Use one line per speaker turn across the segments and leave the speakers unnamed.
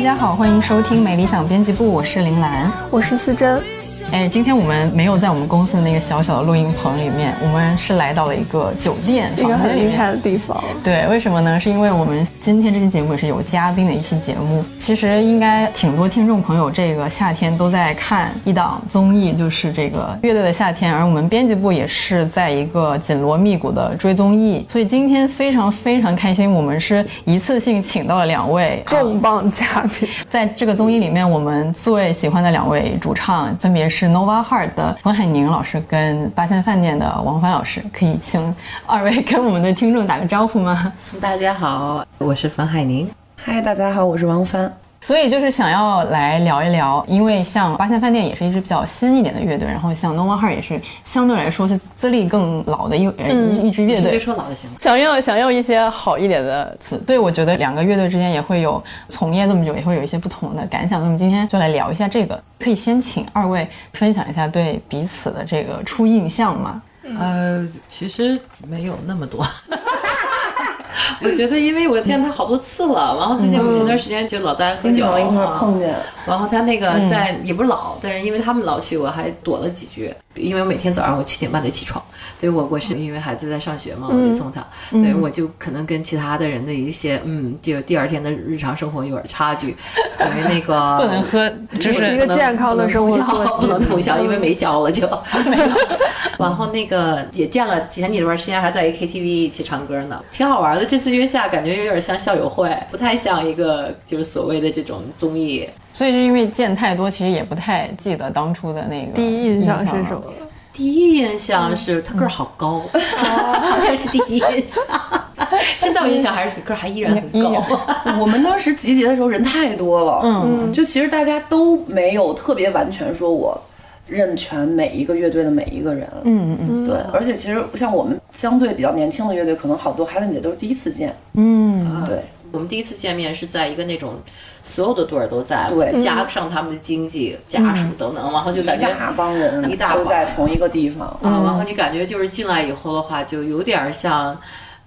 家好，欢迎收听《没理想编辑部》，我是林兰。
我是思珍，
哎，今天我们没有在我们公司的那个小小的录音棚里面，我们是来到了一个酒店
一个
房间
很
里
厉
面。
害的地方。
对，为什么呢？是因为我们今天这期节目也是有嘉宾的一期节目。其实应该挺多听众朋友这个夏天都在看一档综艺，就是这个《乐队的夏天》，而我们编辑部也是在一个紧锣密鼓的追综艺。所以今天非常非常开心，我们是一次性请到了两位
重磅嘉宾，
在这个综艺里面，我们最喜欢的两位主唱分别是 Nova Heart 的冯海宁老师跟八仙饭店的王帆老师。可以请二位跟我们的听众打个招呼吗？
大家好，我是冯海宁。
嗨，大家好，我是王帆。
所以就是想要来聊一聊，因为像八仙饭店也是一支比较新一点的乐队，然后像 Nova Heart 也是相对来说是资历更老的一呃一一支乐
直
队
接。说老就行了。
想要想要一些好一点的词，对我觉得两个乐队之间也会有从业这么久，也会有一些不同的感想。那么今天就来聊一下这个，可以先请二位分享一下对彼此的这个初印象嘛？
呃，其实没有那么多。 我觉得，因为我见他好多次了，然后最近我前段时间就老在喝酒，
一块儿碰见，嗯
然后他那个在、也不是老，但是因为他们老去，我还躲了几句。因为我每天早上我七点半得起床，对我我是因为孩子在上学嘛，我
嗯
就送他，对我就可能跟其他的人的一些嗯，就第二天的日常生活有点差距，等于那个
不能喝， 就
不能
是
一个健康的生活作息
不能通宵不能通宵，因为没宵 了就。然后那个也见了前几段时间，还在一 KTV 一起唱歌呢，挺好玩的。这次约下，感觉有点像校友会，不太像一个就是所谓的这种综艺。
所以就因为见太多，其实也不太记得当初的那个
第一印象是什
了
么？？
第一印
嗯
象是他个儿好高， 好像是第一印象。现在我印象还是个儿还依然很
依
高
然。
我们当时集结的时候人太多了，嗯，就其实大家都没有特别完全说我认全每一个乐队的每一个人，嗯嗯，对，而且其实像我们相对比较年轻的乐队，可能好多孩子姐都是第一次见， 嗯，对，
我们第一次见面是在一个那种所有的队儿都在，
对
加上他们的经济、
嗯
家属等等，然后就感
一
觉
啊
大帮人
一大
都
帮
在同一个地方，
啊，然后你感觉就是进来以后的话，就有点像。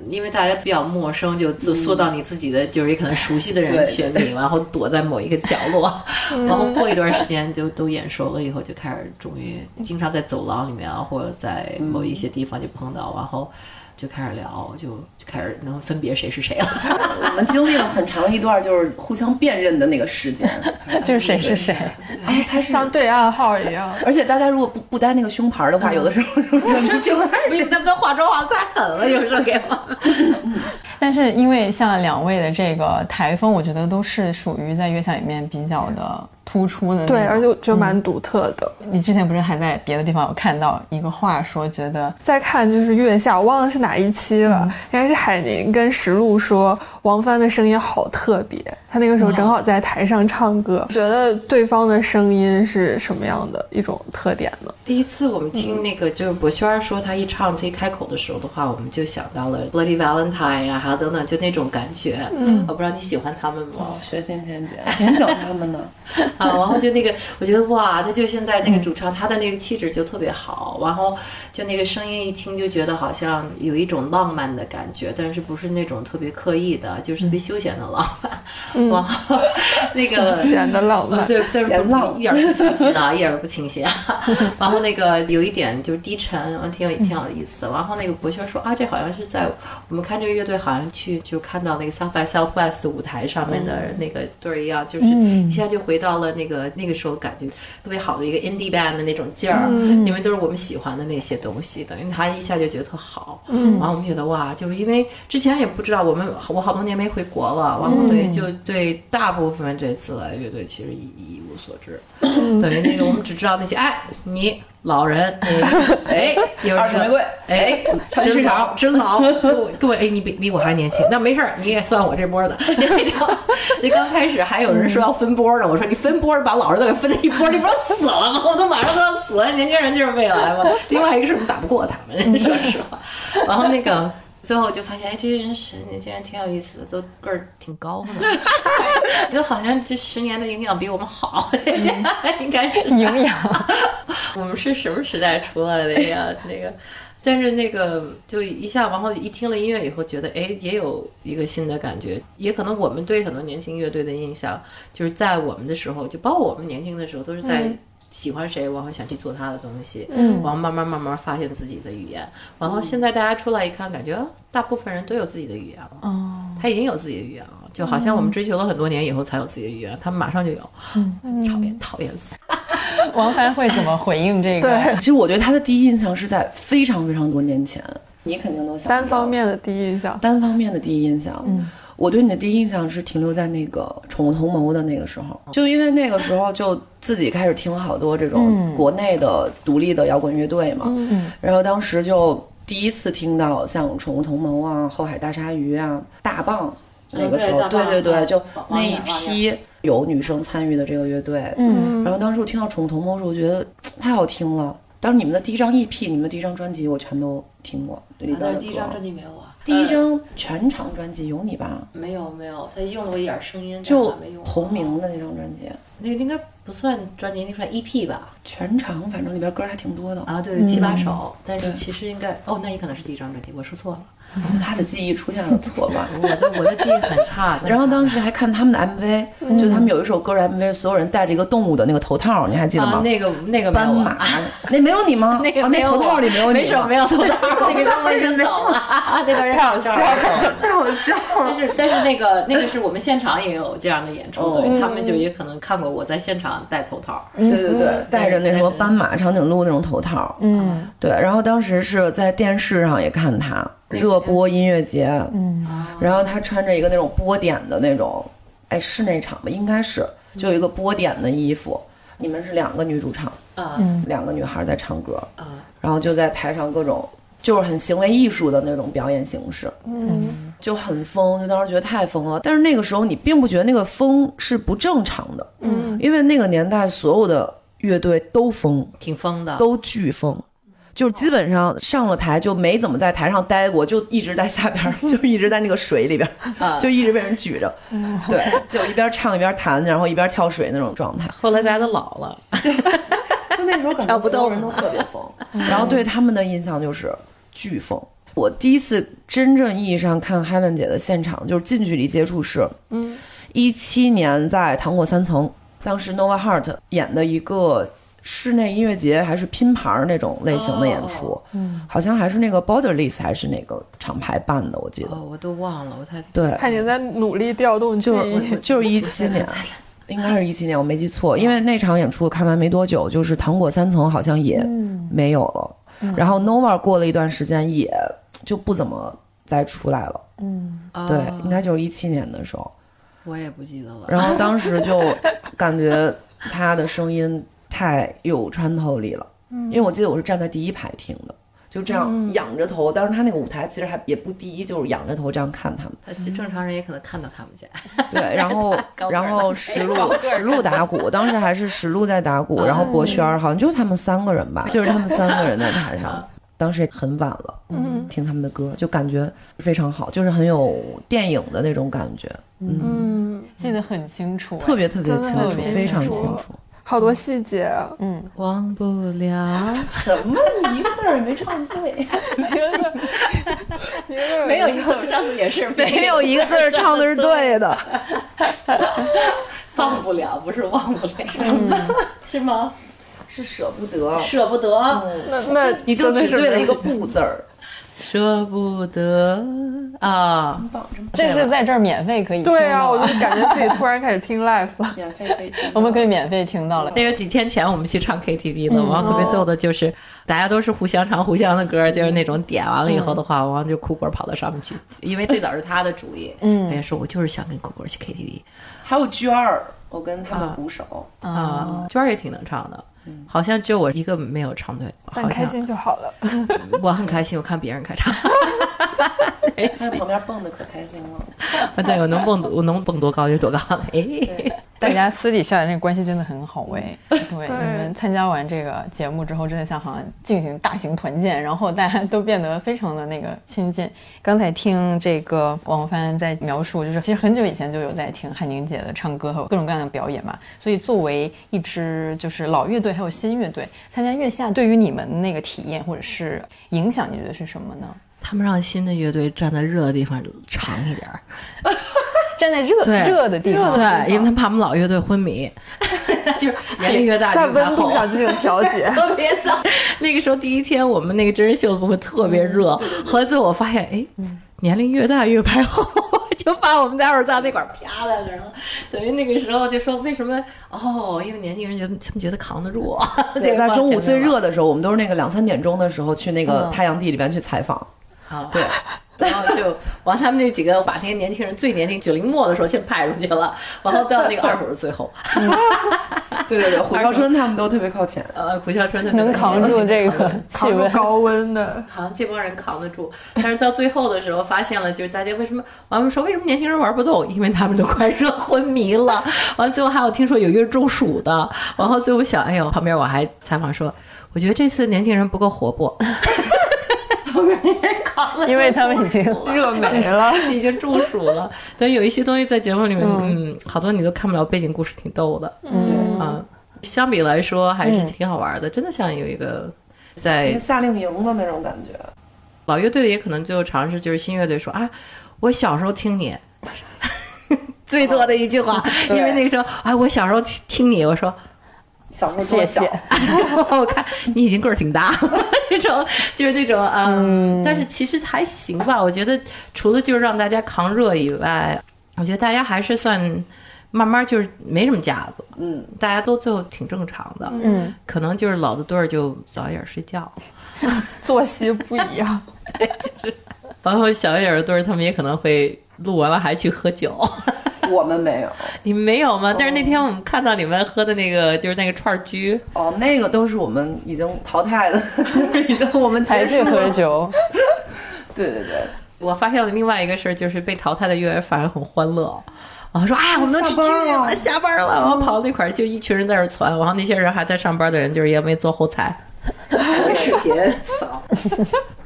因为大家比较陌生，就就缩到你自己的，就是也可能熟悉的人群里，然后躲在某一个角落， 然后过一段时间就都眼熟了，以后就开始终于经常在走廊里面啊，或者在某一些地方就碰到，然后就开始聊，就就开始能分别谁是谁了。
我们经历了很长一段就是互相辨认的那个时间，
就是谁是谁？
哎，他是
像对暗号一样。
而且大家如果不不戴那个胸牌的话，有的时候就就
你能不能化妆化的太狠了？有时候给我。
但是因为像两位的这个台风，我觉得都是属于在月下里面比较的突出的那种。
对，而且我觉得蛮独特的。
你之前不是还在别的地方有看到一个话说，觉得
再看就是月下，我忘了是哪一期了，应该是海宁跟石璐说王帆的声音好特别，他那个时候正好在台上唱歌，觉得对方的声音是什么样的一种特点呢？
第一次我们听那个就是博轩儿说他一唱这一开口的时候的话，我们就想到了 Bloody Valentine 啊，还有等等，就那种感觉。嗯，我不知道你喜欢他们吗？
嗯
学仙天姐，很想他们呢。
啊，然后就那个，我觉得哇，他就现在那个主唱，他的那个气质就特别好，然后就那个声音一听就觉得好像有一种浪漫的感觉，但是不是那种特别刻意的，就是特
嗯
别休闲的浪漫。 然后那个
休闲的浪漫
嗯对，但是
闲浪
不一点儿都不清新 啊，一点儿都不清新啊。然后那个有一点就是低沉，嗯挺有挺有意思的。然后那个博轩说啊，这好像是在我们看这个乐队，好像去就看到那个 South by Southwest 舞台上面
嗯
的那个队儿一样，就是一下就回到了那个那个时候感觉特别好的一个 indie band 的那种劲儿，因为都是我们喜欢的那些东西，等于他一下就觉得特好。嗯，然后我们觉得哇，就是因为之前也不知道，我们我好多年没回国了，然后对就对大部分这次来乐队其实一一无所知，等于那个我们只知道那些哎你。老 人，哎，有人
二手玫瑰
哎，
超级
真
市场
老，真老， 跟我跟我，哎，你比比我还年轻，那没事儿，你也算我这波的。 那种，那刚开始还有人说要分波呢，我说你分波，把老人都给分了一波，你不是死了吗？我都马上都要 死了，年轻人就是未来嘛。另外一个是我们打不过他们，说实话。然后那个。最后就发现，哎，这些人十年竟然挺有意思的，都个儿挺高的， 就好像这十年的营养比我们好，这这应该是
营养。
我们是什么时代出来的呀？ 那个，但是那个就一下，然后一听了音乐以后，觉得哎，也有一个新的感觉。也可能我们对很多年轻乐队的印象，就是在我们的时候，就包括我们年轻的时候，都是在。喜欢谁，然后想去做他的东西，嗯，然后慢慢慢慢发现自己的语言，然后现在大家出来一看，感觉啊大部分人都有自己的语言了，
哦，
他已经有自己的语言了，就好像我们追求了很多年以后才有自己的语言，他们马上就有，
嗯
讨厌讨厌死，
王帆会怎么回应这个？
对
其实我对他的第一印象是在非常非常多年前，你肯定都想不到
单方面的第一印象，
单方面的第一印象。我对你的第一印象是停留在那个《宠物同谋》的那个时候，就因为那个时候就自己开始听好多这种国内的独立的摇滚乐队嘛，然后当时就第一次听到像《宠物同谋》啊、《后海大鲨鱼》啊、大棒。那个时候，
嗯对大
对
棒
对对，
嗯
就
王
那一
源王
批有女生参与的这个乐队，
嗯
然后当时我听到《宠物同谋》时，我觉得太好听了。当时你们的第一张 EP、你们的第一张专辑，我全都听过里
啊
边的歌。
辑没有啊，
第一张全场专辑有你吧？
没有没有，他用了我一点声音，
就
啊
同名的那张专辑，
那个应该不算专辑，那算 EP 吧？
全场反正里边歌还挺多的。
啊，对，七八首，但是其实应该哦，那也可能是第一张专辑，我说错了，
他的记忆出现了错 乱。
我的我的记忆很差，
然后当时还看他们的 MV，、就
嗯
他们有一首歌的 MV，所有人戴着一个动物的那个头套，你还 记得吗？
啊，那个那个没有
斑
啊
马，那没有你吗？
那个
啊
没有
头套里没有你，
没事没有头套， 那个让我扔走了，那个人太好笑了。
太好笑
但
了。
是但是那个那个是我们现场也有这样的演出，
哦
对他们就也可能看过我在现场戴头套，
对对
嗯
对，戴着那什么斑马、长颈鹿那种头套，
嗯
对，然后当时是在电视上也看他热播音乐节，
嗯
啊
然后他穿着一个那种波点的那种，哎，是那场吧？应该是，就有一个波点的衣服。你们是两个女主唱，
啊
嗯
两个女孩在唱歌，
啊，
然后就在台上各种就是很行为艺术的那种表演形式，
嗯
就很疯，就当时觉得太疯了。但是那个时候你并不觉得那个疯是不正常的，
嗯，
因为那个年代所有的乐队都疯，
挺疯的。
都巨疯，就是基本上上了台就没怎么在台上待过，就一直在下边儿，就一直在那个水里边
啊
儿，就一直被人举着，对，就一边唱一边弹，然后一边跳水那种状态。
后来大家都老了，
就那时候感觉所有人都 特别疯，然后对他们的印象就是巨疯。我第一次真正意义上看 Helen 姐的现场，就是近距离接触是，嗯，一七年在糖果三层，当时 Nova Heart 演的一个室内音乐节，还是拼盘儿那种类型的演出，嗯，好像还是那个 Borderless 还是哪个厂牌办的，我记得，
哦，我都忘了，我太
对，
看你在努力调动记
就是
忆，
就是一七年， 应该是一七年，我没记错，因为那场演出看完没多久，就是糖果三层好像也没有了，
嗯
然后 Nova 过了一段时间也就不怎么再出来了，
嗯
啊
对，应该就是一七年的时候，
我也不记得了。
然后当时就感觉他的声音太有穿透力了，因为我记得我是站在第一排听的。就这样仰着头，当时他那个舞台其实还也不低，就是仰着头这样看他们。
他正常人也可能看都看不见。
对，然后
高个儿
然后石 路石路打鼓， 当时还是石路在打鼓，然后博轩儿好像就他们三个人吧，嗯 就是他们三个人在台上。 当时也很晚了，
嗯
听他们的歌就感觉非常好，就是很有电影的那种感觉，嗯，
嗯，
记得很清楚，
特别特别
真的
清
很
楚，
清
非常
楚
清楚。
好多细节啊，
嗯，
忘不了，
什么？你一个字儿也没唱对，
一个
没有一个，我上次也是
没有一个字儿唱的是对的。
忘不了，不是忘不了，嗯 是吗？
是舍不得，
舍不得，嗯
那那
你就
真的
只
是
对了
没
一个不字儿，
舍不得啊！
这是在这儿免费可以听
对啊，
到
我
的
就感觉自己突然开始听 live 了，
免费可以听。
我们可以免费听到了。
那个几天前我们去唱 KTV 的，王特别逗的就是，大家都是互相唱互相的歌，就是那种点完了以后的话，王就哭滚跑到上面去，因为最早是他的主意，嗯，人家说我就是想跟哭滚去 KTV
还有娟儿，我跟他们鼓手，
啊，娟儿也挺能唱的，好像就我一个没有唱对，
但
好
开
像
心就好了。
我很开心，我看别人开唱，
他在旁边蹦的可开心了。
对，我能蹦，我能蹦多高就多高，哎，
大家私底下的那个关系真的很好喂。嗯
对
对，你们参加完这个节目之后，真的像好像进行大型团建，然后大家都变得非常的那个亲近。刚才听这个王帆在描述，就是其实很久以前就有在听海宁姐的唱歌和各种各样的表演嘛，所以作为一支就是老乐队还有新乐队，参加月下对于你们那个体验或者是影响，你觉得是什么呢？
他们让新的乐队站在热的地方长一点儿，
站在热
对
热的地方，
对，因为他们怕我们老乐队昏迷，就是年龄越大
在
就越
温度
厚。。
上进行调节
特别早，那个时候第一天我们那个真人秀不会特别热，后来最后我发现，哎，年龄越大越排后， 就把我们待会儿在那块儿啪在那儿了。等于那个时候就说为什么哦，因为年轻人觉得他们觉得扛得住，
对，
这
在
个
中午最热的时候，我们都是那个两三点钟的时候去那个太阳地里边去采访。
啊， 对。然后就往他们那几个把那些年轻人最年轻九零末的时候先派出去了，然后到那个二手是最后，
对 对对，虎啸春他们都特别靠前。
呃，古孝春的
能扛住这 个气
扛住
温，
高温的，
扛这帮人扛得住，但是到最后的时候发现了，就是大家为什么我们说为什么年轻人玩不动，因为他们都快热昏迷了。完了最后还有听说有一个中暑的，然后最后想，哎呦，旁边我还采访说，我觉得这次年轻人不够活泼， 旁边那人扛了，
因为他们已经
热没了。
已经中暑了。对，有一些东西在节目里面，嗯，好多你都看不了，背景故事挺逗的，嗯啊，相比来说还是挺好玩的，真的像有一个在
夏令营的那种感觉，
老乐队也可能最后尝试就是新乐队说啊，我小时候听你， 最多的一句话，因
对
为那个时候哎，我小时候听听你，我说哦
小时候多
谢
小
谢，
我看你已经个儿挺大， 那种就是那种嗯，但是其实还行吧。我觉得除了就是让大家扛热以外，我觉得大家还是算慢慢就是没什么架子，
嗯，
大家都最后挺正常的。
嗯，
可能就是老的队儿就早一点睡觉，
作息不一样，
然后小一点的队儿他们也可能会录完了还去喝酒。
我们没有
你们没有吗？但是那天我们看到你们喝的那个就是那个串儿居，
哦，那个都是我们已经淘汰的， 已经我们
才去喝酒，
对对对，
我发现了另外一个事儿，就是被淘汰的乐员反而很欢乐。然后说哎，我们都去
下
聚
班了
了，下班嗯了，然后跑到那块儿就一群人在那儿传，然后那些人还在上班的人就是也没做后台，
视频 扫，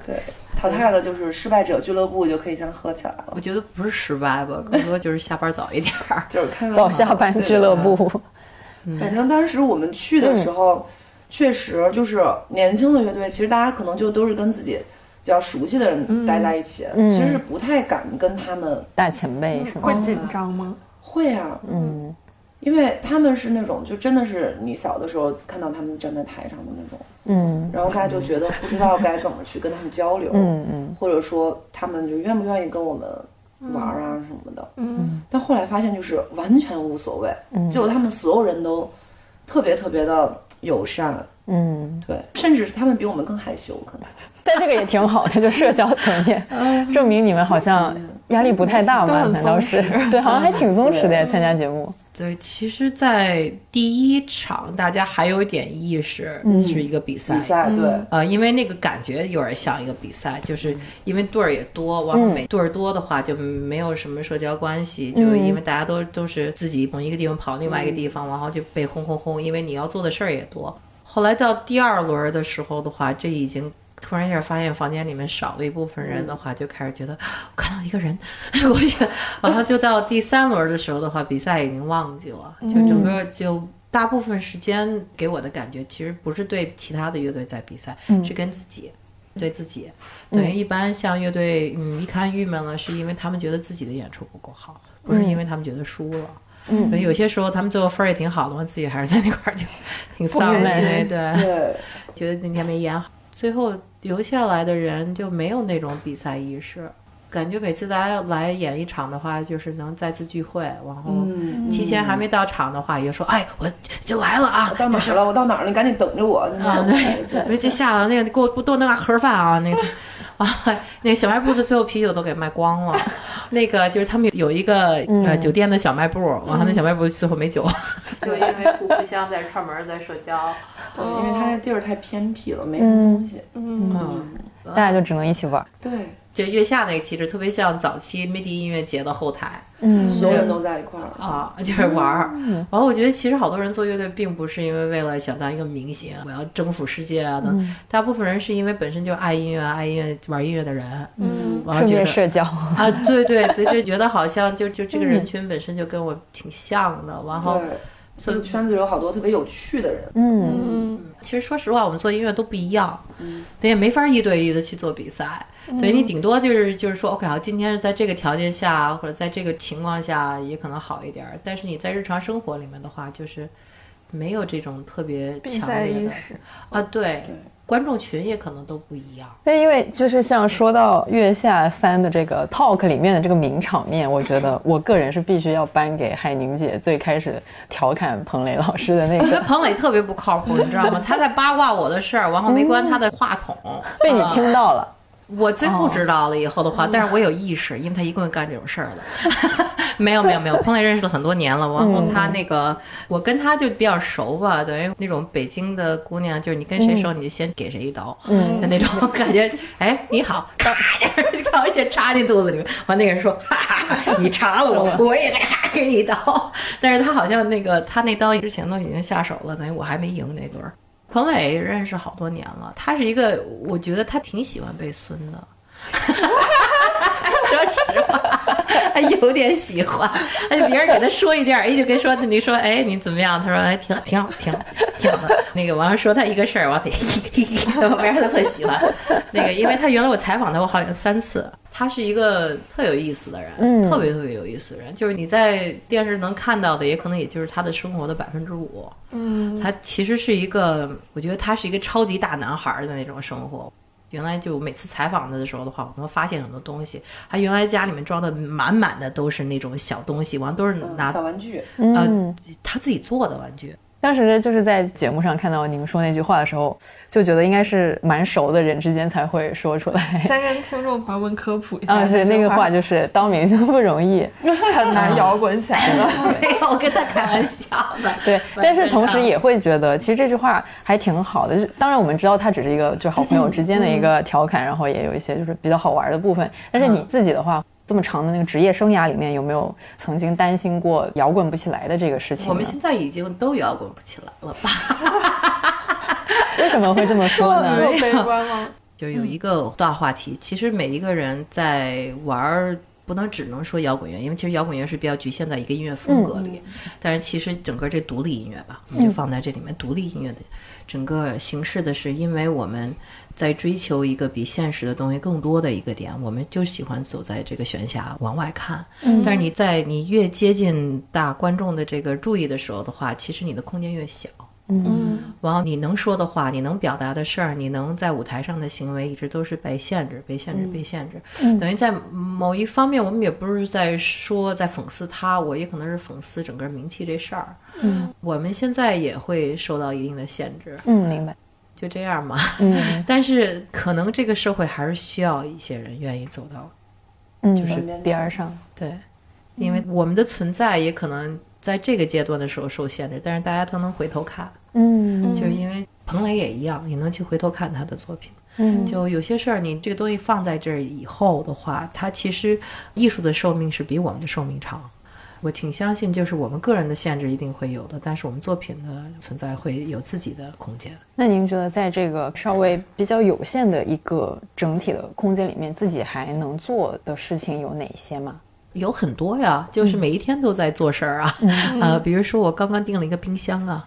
对，淘汰的就是失败者俱乐部就可以先喝起来 了
我，觉得不是失败吧，更多就是下班早一点儿。
就是开玩笑
早下班俱乐。部，嗯
对反正当时我们去的时候，确实就是年轻的乐队，其实大家可能就都是跟自己比较熟悉的人
嗯
待在一起，其实是不太敢跟他们
大前辈是吗
会？紧张吗？
会啊，嗯，因为他们是那种就真的是你小的时候看到他们站在台上的那种，
嗯
然后大家就觉得不知道该怎么去跟他们交流，
嗯嗯，
或者说他们就愿不愿意跟我们玩啊什么的。
嗯，
但后来发现就是完全无所谓，结果他们所有人都特别特别的友善，
嗯，
对，甚至是他们比我们更害羞，可能
但这个也挺好的，就社交层 面，证明你们好像压力不太大
都
嘛？
很
难道是
松？
对，好像还挺松弛的，参加节目，
对，其实，在第一场大家还有一点意识，是一个嗯比赛，
比赛对。
呃，因为那个感觉有点像一个比赛，就是因为队儿也多，完了每队儿多的话就没有什么社交关系，就是因为大家都都是自己从一个地方跑到另外一个地方，然后就被轰轰轰，因为你要做的事儿也多。后来到第二轮的时候的话，这已经。突然一下发现房间里面少了一部分人的话，就开始觉得我看到一个人， 我觉得，然后就到第三轮的时候的话，比赛已经忘记了，就整个就大部分时间给我的感觉，其实不是对其他的乐队在比赛，是跟自己。对自己，等于一般像乐队，嗯，一看郁闷了，是因为他们觉得自己的演出不够好，不是因为他们觉得输了。嗯，有些时候他们最后分儿也挺好的，完自己还是在那块儿就挺丧的，哎
开心
对，
对，
觉得那天没演好。最后留下来的人就没有那种比赛意识，感觉每次大家来演一场的话，就是能再次聚会，然后
嗯
提前还没到场的话，也说哎，我就来了啊
我，到哪儿了？我到哪儿了？你赶紧等着我！
啊，对，
对
我说这下了，那个你给我多弄点盒饭啊，那个。 啊，那个小卖部的最后啤酒都给卖光 了，那个就是他们有一个、呃酒店的小卖部，然后那小卖部最后没酒， 就因为互互相在串门在社交，
对，因为他那地儿太偏僻了，没什么东西。
嗯，
嗯，
大家就只能一起玩。
对，
就月下那个气质，特别像早期 MIDI 音乐节的后台。
所有人都在一块儿。
啊， 就是玩儿。
嗯
然后我觉得其实好多人做乐队并不是因为为了想当一个明星，我要征服世界啊等，
嗯
大部分人是因为本身就爱音乐、爱音乐、玩音乐的人，嗯，然后
顺
觉
便
得
社交。
啊，对对对，就觉得好像 就就这
嗯
个人群本身就跟我挺像的，然后。
对，这个圈子有好多特别有趣的人。
嗯，
其实说实话，我们做音乐都不一样，
嗯
你也没法一对一的去做比赛。对你顶多就是就是说，OK，好，今天是在这个条件下或者在这个情况下也可能好一点儿，但是你在日常生活里面的话，就是没有这种特别
比
强
赛
烈
意
的
识，哦
啊，对，观众群也可能都不一样。
那因为就是像说到月下三的这个 talk 里面的这个名场面，我觉得我个人是必须要颁给海宁姐最开始调侃彭磊老师的那
我觉
个
得彭伟特别不靠谱，你知道吗？他在八卦我的事儿，然后没关他的话筒，
被你
啊
听到了。
我最后知道了以后的话，但是我有意识，因为他一共干这种事儿了。没有没有没有，彭磊认识了很多年了，然后他那个我跟他就比较熟吧，等于那种北京的姑娘，就是你跟谁熟你就先给谁一刀，嗯，就那种感觉。哎，你好，咔，然后先插进肚子里面。完，那个人说，哈哈，你查了我，我也咔给你一刀。但是他好像那个他那刀之前都已经下手了，等于我还没赢那对儿。彭伟认识好多年了，他是一个，我觉得他挺喜欢被孙的。 说实话，他有点喜欢。哎，别人给他说一件，哎，就跟说你说，哎，你怎么样？他说，哎，挺好，挺好，挺好，挺好的。 那个，完了说他一个事儿，完了， 我别人他特喜欢。那个，因为他原来我采访他过好像三次，他是一个特有意思的人，
嗯
特别特别有意思的人，就是你在电视能看到的，也可能也就是他的生活的百分之五。
嗯，
他其实是一个，我觉得他是一个超级大男孩儿的那种生活。原来就每次采访他的时候的话，我们发现很多东西。他原来家里面装的满满的都是那种小东西，完了都是
嗯
拿、呃
小玩具，
嗯，
他自己做的玩具。
当时就是在节目上看到您说那句话的时候，就觉得应该是蛮熟的人之间才会说出来。
先跟听众朋友们科普一下，
啊，对，那个话就是当明星不容易，
很难摇滚起来了。
没有， 我跟他开玩笑的。
对，
完
但是
全
同时
让
也会觉得，其实这句话还挺好的。就是当然，我们知道它只是一个就是好朋友之间的一个调侃，然后也有一些就是比较好玩的部分。但是你自己的话，这么长的那个职业生涯里面，有没有曾经担心过摇滚不起来的这个事情呢？
我们现在已经都摇滚不起来了吧？
为什么会这么 说呢？
有悲观吗？
就有一个大话题。其实每一个人在玩儿，不能只能说摇滚乐，因为其实摇滚乐是比较局限在一个音乐风格里。但是其实整个这独立音乐吧，我们就放在这里面，独立音乐的整个形式的是，因为我们在追求一个比现实的东西更多的一个点，我们就喜欢走在这个悬崖往外看。
嗯
嗯但是你在你越接近大观众的这个注意的时候的话，其实你的空间越小。
嗯
然后你能说的话，你能表达的事儿，你能在舞台上的行为，一直都是被限制、被
嗯
限制、被限制。等于在某一方面，我们也不是在说在讽刺他，我也可能是讽刺整个名气这事儿。
嗯，
我们现在也会受到一定的限制，
嗯，明白。
就这样嘛。
嗯
但是可能这个社会还是需要一些人愿意走到
嗯，
就是
边儿上。
对，因为我们的存在也可能在这个阶段的时候受限制，但是大家都能回头看。
嗯
就是因为彭磊也一样，你能去回头看他的作品。
嗯
就有些事儿，你这个东西放在这儿以后的话，它其实艺术的寿命是比我们的寿命长。我挺相信，就是我们个人的限制一定会有的，但是我们作品的存在会有自己的空间。
那您觉得在这个稍微比较有限的一个整体的空间里面，自己还能做的事情有哪些吗？
有很多呀，就是每一天都在做事儿啊，呃，比如说我刚刚订了一个冰箱啊，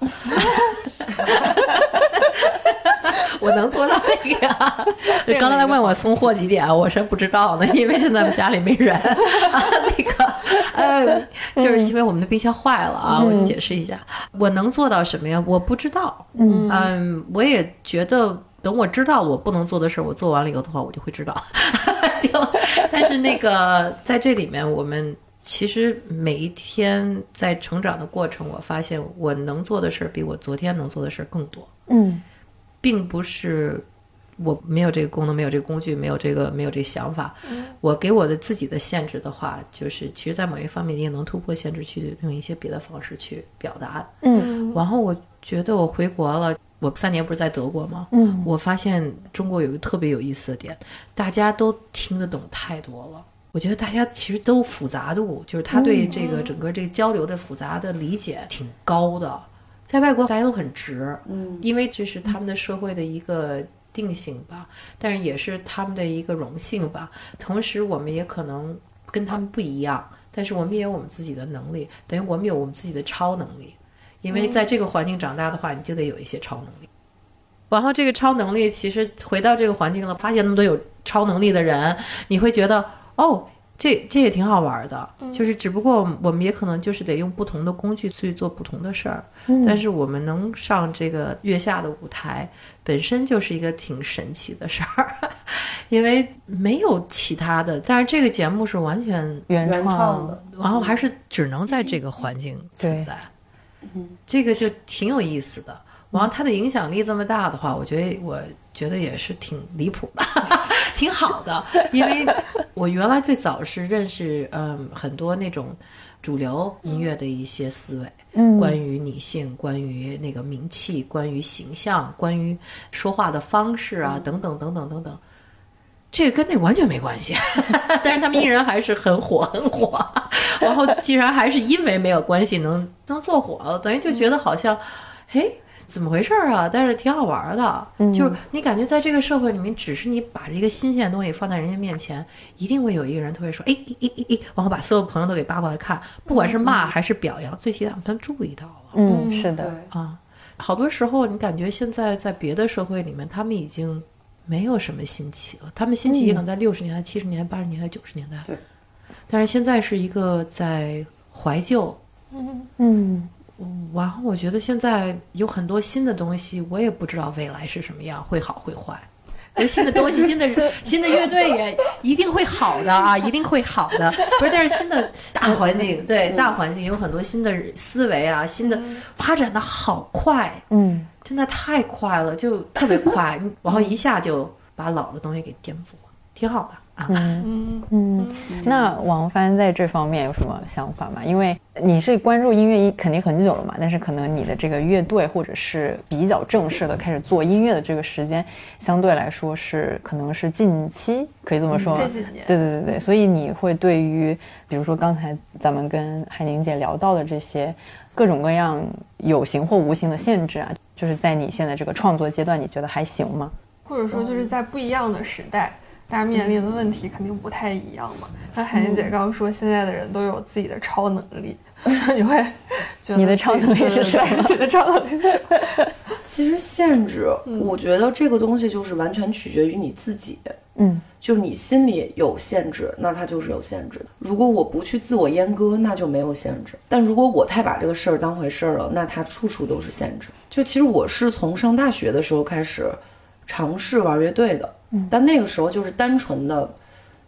我能做到那个啊。刚才问我送货几点，我是不知道呢，因为现在我们家里没人。啊那个，呃，就是因为我们的冰箱坏了啊，我解释一下，我能做到什么呀？我不知道，嗯我也觉得。等我知道我不能做的事儿，我做完了以后的话，我就会知道。 就，但是那个在这里面，我们其实每一天在成长的过程，我发现我能做的事儿比我昨天能做的事儿更多。
嗯
并不是我没有这个功能，没有这个工具，没有这个没有这个想法。我给我的自己的限制的话，就是其实，在某一方面你也能突破限制，去用一些别的方式去表达。
嗯
嗯
然后我觉得我回国了。我三年不是在德国吗？
嗯，
我发现中国有一个特别有意思的点，大家都听得懂太多了。我觉得大家其实都复杂度，就是他对这
嗯
个整个这个交流的复杂的理解挺高的。在外国大家都很直，
嗯，
因为这是他们的社会的一个定性吧，但是也是他们的一个荣幸吧。同时，我们也可能跟他们不一样，但是我们也有我们自己的能力，等于我们有我们自己的超能力。因为在这个环境长大的话，你就得有一些超能力。然后这个超能力，其实回到这个环境了，发现那么多有超能力的人，你会觉得哦，这这也挺好玩的。就是只不过我们也可能就是得用不同的工具去做不同的事儿，但是我们能上这个月下的舞台，本身就是一个挺神奇的事儿， 因为没有其他的。但是这个节目是完全，
原
原创的，
然后还是只能在这个环境存在。这个就挺有意思的。然后它的影响力这么大的话，我觉得我觉得也是挺离谱的， 挺好的。因为我原来最早是认识嗯很多那种主流音乐的一些思维，
嗯
关于女性，关于那个名气，关于形象，关于说话的方式啊，等等等等等等。这个跟那个完全没关系，但是他们依然还是很火，很火。然后竟然还是因为没有关系能能做火了，等于就觉得好像，哎，怎么回事儿啊？但是挺好玩儿的，就是你感觉在这个社会里面，只是你把一个新鲜的东西放在人家面前，一定会有一个人突然说，哎，哎哎哎哎，然后把所有朋友都给扒过来看，不管是骂还是表扬，最起码他们注意到了
嗯，
嗯
是
对
的，，
啊。好多时候，你感觉现在在别的社会里面，他们已经没有什么新奇了，他们新奇也可能在六十年代、七十年代、八十年代、九十年代，
对。
但是现在是一个在怀旧，
嗯
嗯然后我觉得现在有很多新的东西，我也不知道未来是什么样，会好会坏。有新的东西，新的新的乐队也一定会好的啊，一定会好的。不是，但是新的大环境，对大环境有很多新的思维啊，新的发展的好快，
嗯，
真的太快了，就特别快，然后一下就把老的东西给颠覆了，挺好的啊。
那王帆在这方面有什么想法吗？因为你是关注音乐肯定很久了嘛，但是可能你的这个乐队或者是比较正式的开始做音乐的这个时间，相对来说是可能是近期，可以这么说吗？
嗯这几年
对对对对，所以你会对于比如说刚才咱们跟海宁姐聊到的这些各种各样有形或无形的限制啊，就是在你现在这个创作阶段，你觉得还行吗？
或者说就是在不一样的时代，大家面临的问题肯定不太一样嘛。像海燕姐刚刚说，现在的人都有自己的超能力， 你会觉得
你的超能力是什么
你的超能力是什么？
其实限制，我觉得这个东西就是完全取决于你自己。
嗯，
就你心里有限制，那它就是有限制的。如果我不去自我阉割，那就没有限制。但如果我太把这个事儿当回事儿了，那它处处都是限制。就其实我是从上大学的时候开始尝试玩乐队的，但那个时候就是单纯的，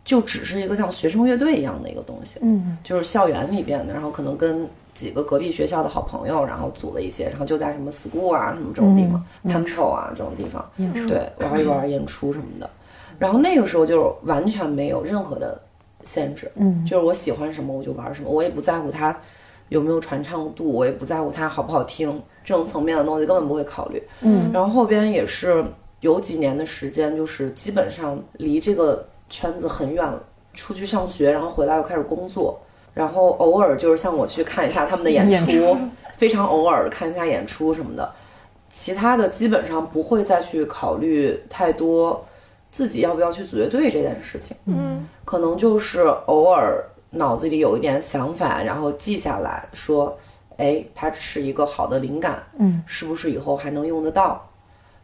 就只是一个像学生乐队一样的一个东西。
嗯
就是校园里边的，然后可能跟几个隔壁学校的好朋友，然后组了一些，然后就在什么 school 啊什么这种地方、t e m p l e 啊这种地方，对，玩一玩演出什么的。然后那个时候就是完全没有任何的限制，
嗯
就是我喜欢什么我就玩什么，我也不在乎它有没有传唱度，我也不在乎它好不好听，这种层面的东西根本不会考虑。
嗯
然后后边也是有几年的时间，就是基本上离这个圈子很远了，出去上学，然后回来又开始工作，然后偶尔就是像我去看一下他们的演出，非常偶尔看一下演出什么的，其他的基本上不会再去考虑太多自己要不要去组乐队这件事情，
嗯，
可能就是偶尔脑子里有一点想法，然后记下来说。哎，它是一个好的灵感，
嗯，
是不是以后还能用得到？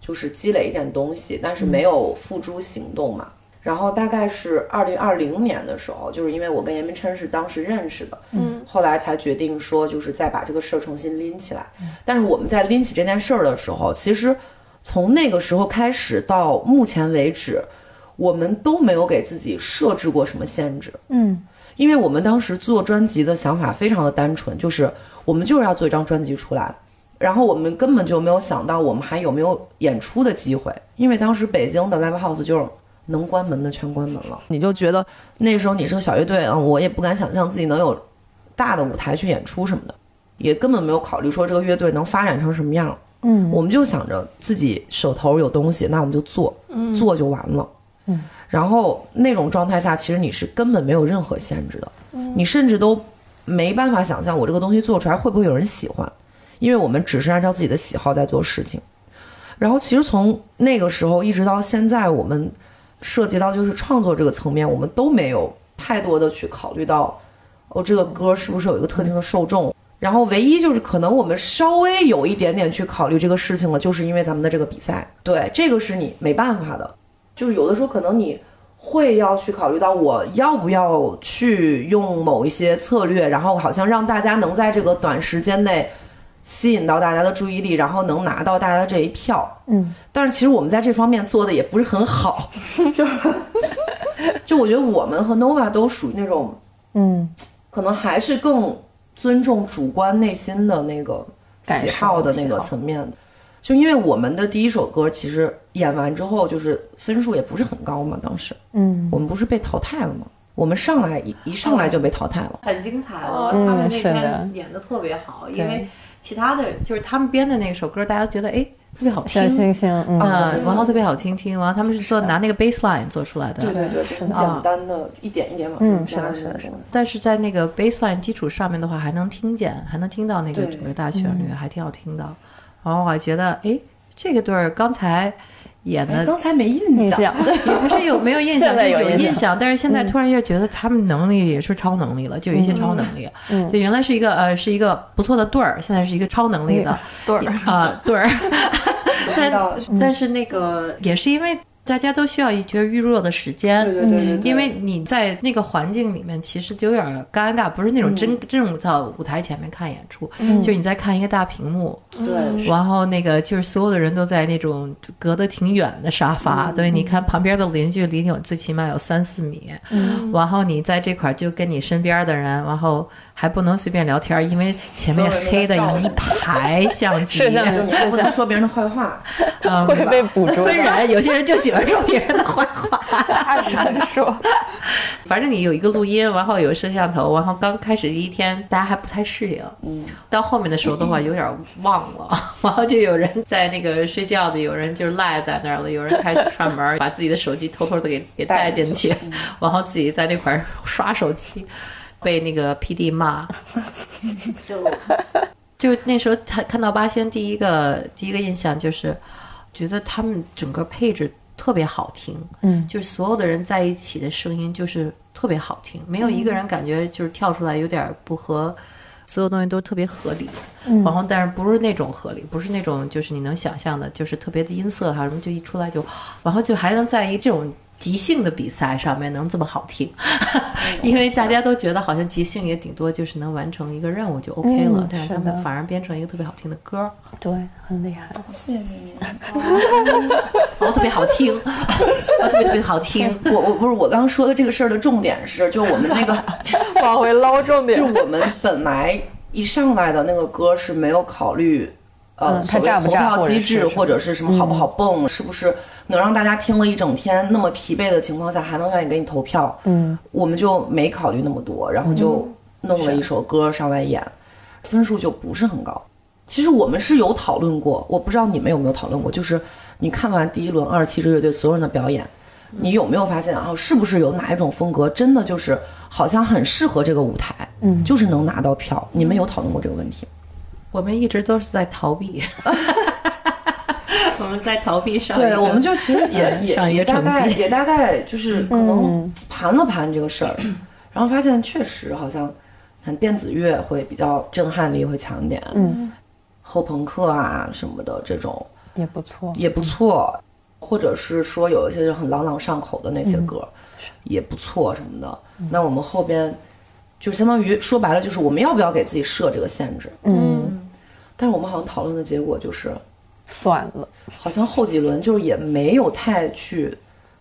就是积累一点东西，但是没有付诸行动嘛。然后大概是二零二零年的时候，就是因为我跟严明琛是当时认识的，
嗯，
后来才决定说，就是再把这个事儿重新拎起来。但是我们在拎起这件事儿的时候，其实从那个时候开始到目前为止，我们都没有给自己设置过什么限制。
嗯
因为我们当时做专辑的想法非常的单纯，就是我们就是要做一张专辑出来，然后我们根本就没有想到我们还有没有演出的机会，因为当时北京的 live house 就是能关门的全关门了，你就觉得那时候你是个小乐队，嗯，我也不敢想象自己能有大的舞台去演出什么的，也根本没有考虑说这个乐队能发展成什么样，
嗯
我们就想着自己手头有东西，那我们就做，做就完了。
嗯，
然后那种状态下，其实你是根本没有任何限制的，你甚至都没办法想象我这个东西做出来会不会有人喜欢，因为我们只是按照自己的喜好在做事情。然后其实从那个时候一直到现在，我们涉及到就是创作这个层面，我们都没有太多的去考虑到，哦，这个歌是不是有一个特定的受众。然后唯一就是可能我们稍微有一点点去考虑这个事情了，就是因为咱们的这个比赛，对，这个是你没办法的。就是有的时候可能你会要去考虑到我要不要去用某一些策略，然后好像让大家能在这个短时间内吸引到大家的注意力，然后能拿到大家的这一票。
嗯，
但是其实我们在这方面做的也不是很好， 就是就我觉得我们和 Nova 都属于那种
嗯，
可能还是更尊重主观内心的那个
感受
喜好的那
喜
个
好
层面的。就因为我们的第一首歌其实演完之后，就是分数也不是很高嘛，当时
嗯，
我们不是被淘汰了吗？我们上来一一上来就被淘汰了。
很精彩的，
嗯
他们那
是的
天演的特别好，因
对
为其他的就是他们编的那首歌，大家觉得哎特别好
小
听，
星星，嗯，
嗯，然后特别好听听，然后他们是做拿那个 bass line 做出来的，
对对，很
啊
单的，一点一点往
嗯是的
加
是的是的
东西
但是在那个 baseline 基础上面的话，还能听见，还能听到那个
对
整个大旋律，还挺好听的。然后我还觉得，哎，这个对儿刚才演
哎
的
刚才没印
印象
象，，
也不是有没有印象，
现
就
在有
有
印象嗯
印象，但是现在突然一下觉得他们能力也是超能力了，就有一些超能力，
嗯
就原来是一个呃是一个不错的对儿，现在是一个超能力的
对儿
也啊对儿，
知道
嗯
但是那个也是因为大家都需要一觉预热的时间，
对对对对对，
因为你在那个环境里面，其实就有点尴尬，不是那种真、
嗯
真正在舞台前面看演出，就是你在看一个大屏幕，
对
然后那个就是所有的人都在那种隔得挺远的沙发，
嗯
对，你看旁边的邻居离你有最起码有三四米，
嗯
然后你在这块儿就跟你身边的人，然后还不能随便聊天儿，因为前面
所有人
黑的
在照
一
你
排相 机，
摄像
就是你还不能说别人的坏话，
嗯，
会被捕捉
分
的，
人，有些人就喜欢说别人的坏话。
大闪烁，
反正你有一个录音，然后有摄像头，然后刚开始一天大家还不太适应，嗯，到后面的时候的话有点忘了， 然后就有人在那个睡觉的，有人就赖在那儿了，有人开始串门儿，把自己的手机偷偷的给给带进去， 然后自己在那块儿刷手机，被那个 PD 骂。
就
就那时候看看到八仙第一个第一个印象就是，觉得他们整个配置特别好听，
嗯，
就是所有的人在一起的声音就是特别好听，没有一个人感觉就是跳出来有点不合，所有东西都特别合理，
嗯
然后但是不是那种合理，不是那种就是你能想象的，就是特别的音色还有什么，就一出来就，然后就还能在一这种。即兴的比赛上面能这么好听， 因为大家都觉得好像即兴也顶多就是能完成一个任务就 OK 了，
嗯
但是
是
他们
的
反而编成一个特别好听的歌儿，
对，很厉害，
谢谢你。
然后特别好 听，然后特别特别好听。
我我不是我刚刚说的这个事儿的重点是，就我们那个。
往回捞重点
就。是我们本来一上来的那个歌是没有考虑，呃，
嗯它
所谓
炸不
投
炸
票机制
或者是什么嗯
或者是什么好不好蹦，是不是能让大家听了一整天那么疲惫的情况下还能让你给你投票？
嗯，
我们就没考虑那么多，然后就弄了一首歌上来演，分数就不是很高。其实我们是有讨论过，我不知道你们有没有讨论过，就是你看完第一轮二十七支乐队所有人的表演，
嗯
你有没有发现啊，是不是有哪一种风格真的就是好像很适合这个舞台，
嗯
就是能拿到票？你们有讨论过这个问题吗？
我们一直都是在逃避， 我们在逃避上一个。
嗯对，我们就其实 也
上
也
一个
也大
成
概
绩
也大概就是可
嗯
能盘了盘这个事儿，然后发现确实好像，看电子乐会比较震撼力会强一点，
嗯，
后朋克啊什么的这种
也不错，
也不错，或者是说有一些就很朗朗上口的那些歌、也不错什么的。那我们后边就相当于说白了就是我们要不要给自己设这个限制？
嗯，
但是我们好像讨论的结果就是，
算了，
好像后几轮就是也没有太去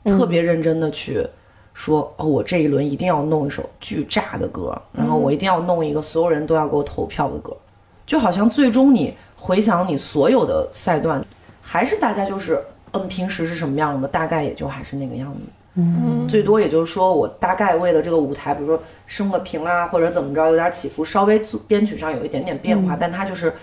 特别认真的去说、哦，我这一轮一定要弄一首巨炸的歌，然后我一定要弄一个所有人都要给我投票的歌，就好像最终你回想你所有的赛段，还是大家就是嗯平时是什么样的，大概也就还是那个样子。嗯，最多也就是说我大概为了这个舞台，比如说升个平啊，或者怎么着，有点起伏，稍微做编曲上有一点点变化，但它就是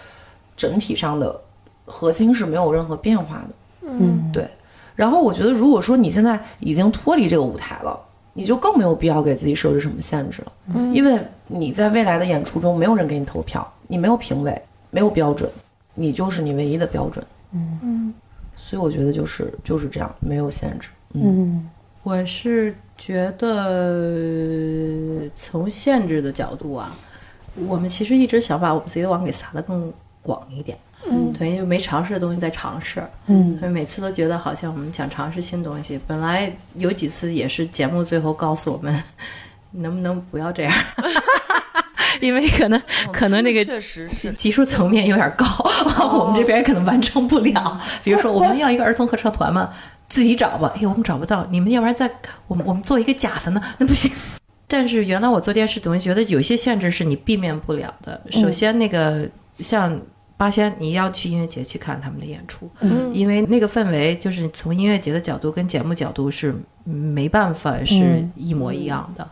整体上的核心是没有任何变化的。
嗯
对。然后我觉得，如果说你现在已经脱离这个舞台了，你就更没有必要给自己设置什么限制了，
嗯
因为你在未来的演出中，没有人给你投票，你没有评委，没有标准，你就是你唯一的标准。
嗯
所以我觉得就是就是这样，没有限制。
嗯
我是觉得从限制的角度啊，我们其实一直想把我们自己的网给撒得更广一点。
嗯
对，因为没尝试的东西在尝试，
嗯
所以每次都觉得好像我们想尝试新东西。本来有几次也是节目最后告诉我们， 能不能不要这样， 因为可能可能那个
确实
技
是，
技术层面有点高， 我们这边可能完成不了。比如说，我们要一个儿童合唱团嘛，自己找吧，哎，我们找不到，你们要不然再我们我们做一个假的呢？ 那不行。但是原来我做电视，总会觉得有些限制是你避免不了的。首先，那个像八仙，你要去音乐节去看他们的演出，
嗯
因为那个氛围就是从音乐节的角度跟节目角度是没办法是一模一样的。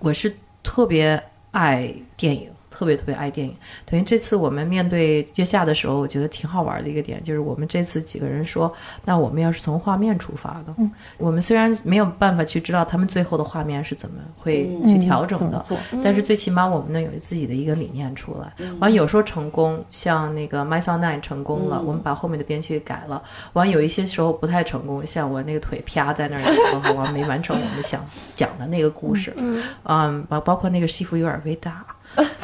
我是特别爱电影，特别特别爱电影。等于这次我们面对月下的时候，我觉得挺好玩的一个点，就是我们这次几个人说，那我们要是从画面出发的，我们虽然没有办法去知道他们最后的画面是怎么会
嗯
去调整的，
做？
但是最起码我们能有自己的一个理念出来。
嗯
完、有时候成功，像那个《My Song Nine》成功
嗯
了，我们把后面的编曲改了。完有一些时候不太成功，像我那个腿啪在那儿的时候，完没完成我们想讲的那个故事。
嗯
嗯，包包括那个西服有点微大。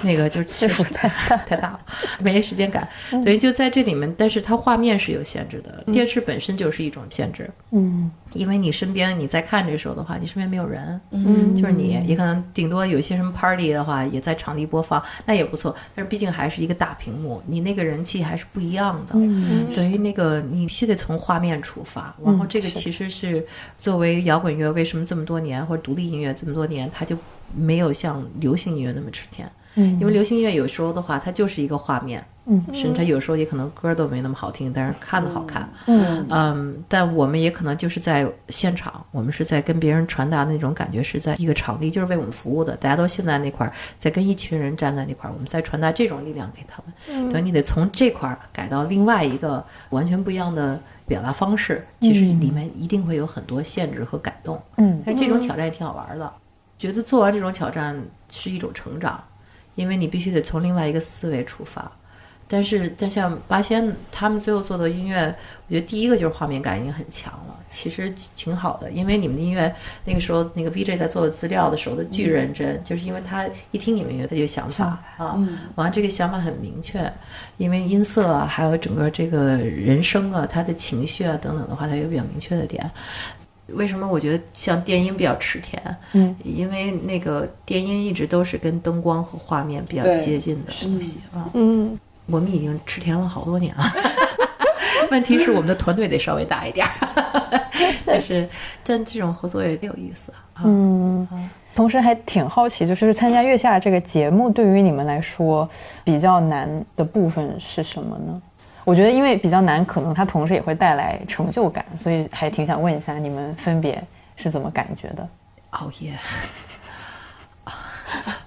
那个就是次数太大 太大了，没时间改，
嗯
所以就在这里面。但是它画面是有限制的，电视本身就是一种限制，
嗯
因为你身边你在看这时候的话，你身边没有人，
嗯
就是你，也可能顶多有一些什么 party 的话，也在场地播放，那也不错。但是毕竟还是一个大屏幕，你那个人气还是不一样的。
嗯
嗯
等于那个你必须得从画面出发，然后这个其实是作为摇滚乐为什么这么多年或者独立音乐这么多年，它就没有像流行音乐那么吃甜。
嗯
因为流行音乐有时候的话，它就是一个画面，
嗯，
甚至它有时候也可能歌都没那么好听，但是看的好看。
嗯
嗯，但我们也可能就是在现场，我们是在跟别人传达那种感觉，是在一个场地，就是为我们服务的，大家都现在那块儿，在跟一群人站在那块儿，我们在传达这种力量给他
嗯
们。等于你得从这块儿改到另外一个完全不一样的表达方式，其实里面一定会有很多限制和改动。
嗯
但是这种挑战也挺好玩的，觉得做完这种挑战是一种成长，因为你必须得从另外一个思维出发。但是，但像八仙他们最后做的音乐，我觉得第一个就是画面感已经很强了，其实挺好的。因为你们的音乐那个时候，那个 VJ 在做资料的时候，他巨认真，就是因为他一听你们音乐，他就有想法啊，完了这个想法很明确，因为音色啊，还有整个这个人声啊，他的情绪啊等等的话，他有比较明确的点。为什么我觉得像电音比较吃甜？
嗯，
因为那个电音一直都是跟灯光和画面比较
对
接近的东西啊。
嗯
我们已经吃甜了好多年了， 问题是我们的团队得稍微大一点儿， 就是但这种合作也挺有意思啊。
嗯，同时还挺好奇，就是参加《月下》这个节目，对于你们来说比较难的部分是什么呢？我觉得，因为比较难，可能它同时也会带来成就感，所以还挺想问一下你们分别是怎么感觉的？
熬夜，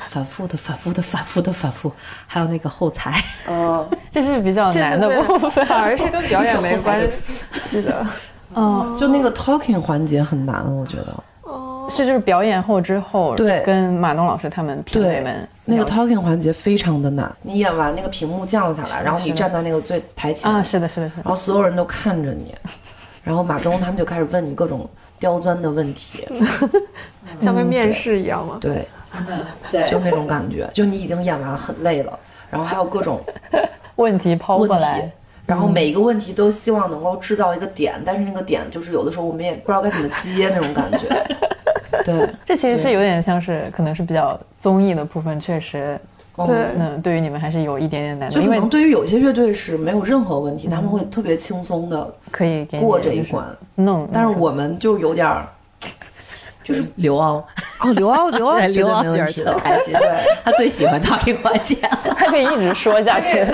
反复的、反复的、反复的、反复，还有那个后台，
嗯，
这是比较
这
难
是
的
最
部分，
反而是跟表演没关系的。
嗯，
就那个 talking 环节很难，我觉得。
哦，
是就是表演后之后，
对
跟马东老师他们评委们
那个
聊
talking 环节非常的难。你演完那个屏幕降下来，然后你站在那个最台前，
啊，是的，是的，是的
然，后所有人都看着你，然后马东他们就开始问你各种刁钻的问题，
像被面试一样吗？
对，
对
就那种感觉，就你已经演完很累了，然后还有各种
问题抛
问
过
题
来，。嗯
然后每一个问题都希望能够制造一个点，但是那个点就是有的时候我们也不知道该怎么接那种感 觉。嗯对，
这其实是有点像是，可能是比较综艺的部分，确实
嗯
对
嗯，对于你们还是有一点点难
就
度，
可
因为
能对于有些乐队是没有任何问题，他们会特别轻松的
可以给你
过这一
就是
关，
弄。嗯
但是我们就有点儿
就是 刘敖，
哦，刘傲，刘傲
对
绝
刘
啊
对
敖
没
觉
问
得
题
特
的，
开心，
对，
他最喜欢到这个环节了。
还可以一直说下去，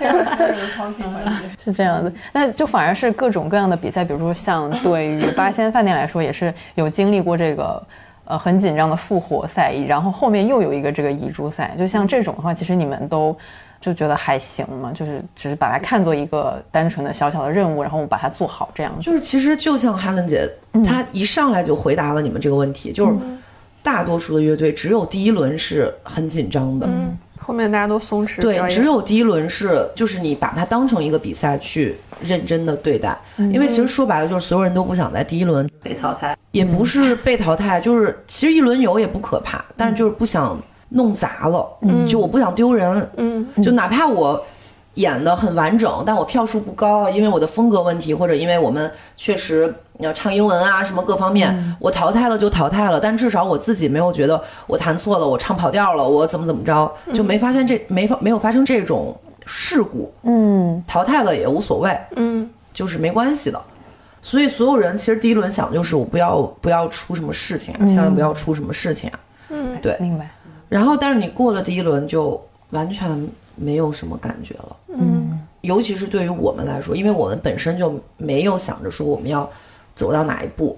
这个 才是 talking 环节。
是这样的。那就反而是各种各样的比赛，比如说 像对于八仙饭店来说，也是有经历过这个。呃，很紧张的复活赛，然后后面又有一个这个遗珠赛，就像这种的话，其实你们都就觉得还行嘛，就是只是把它看作一个单纯的小小的任务，然后我们把它做好这样子。
就是其实就像哈伦姐，
嗯
她一上来就回答了你们这个问题，就是大多数的乐队只有第一轮是很紧张的，
嗯
嗯后面大家都松弛表
对
演，，
只有第一轮是，就是你把它当成一个比赛去认真的对待，
嗯
因为其实说白了，就是所有人都不想在第一轮，
被淘汰。
也
嗯
不是被淘汰，就是其实一轮游也不可怕，但是就是不想弄砸了，就我不想丢人，
嗯，
就哪怕我演的很完整，但我票数不高，因为我的风格问题，或者因为我们确实要唱英文啊什么各方面，我淘汰了就淘汰了，但至少我自己没有觉得我弹错了，我唱跑调了，我怎么怎么着，就没发现这没发没有发生这种事故，
嗯，
淘汰了也无所谓，
嗯，
就是没关系的。所以所有人其实第一轮想就是我不要不要出什么事情啊，千万不要出什么事情啊。
明白。
然后，但是你过了第一轮就完全没有什么感觉了。嗯，尤其是对于我们来说，因为我们本身就没有想着说我们要走到哪一步，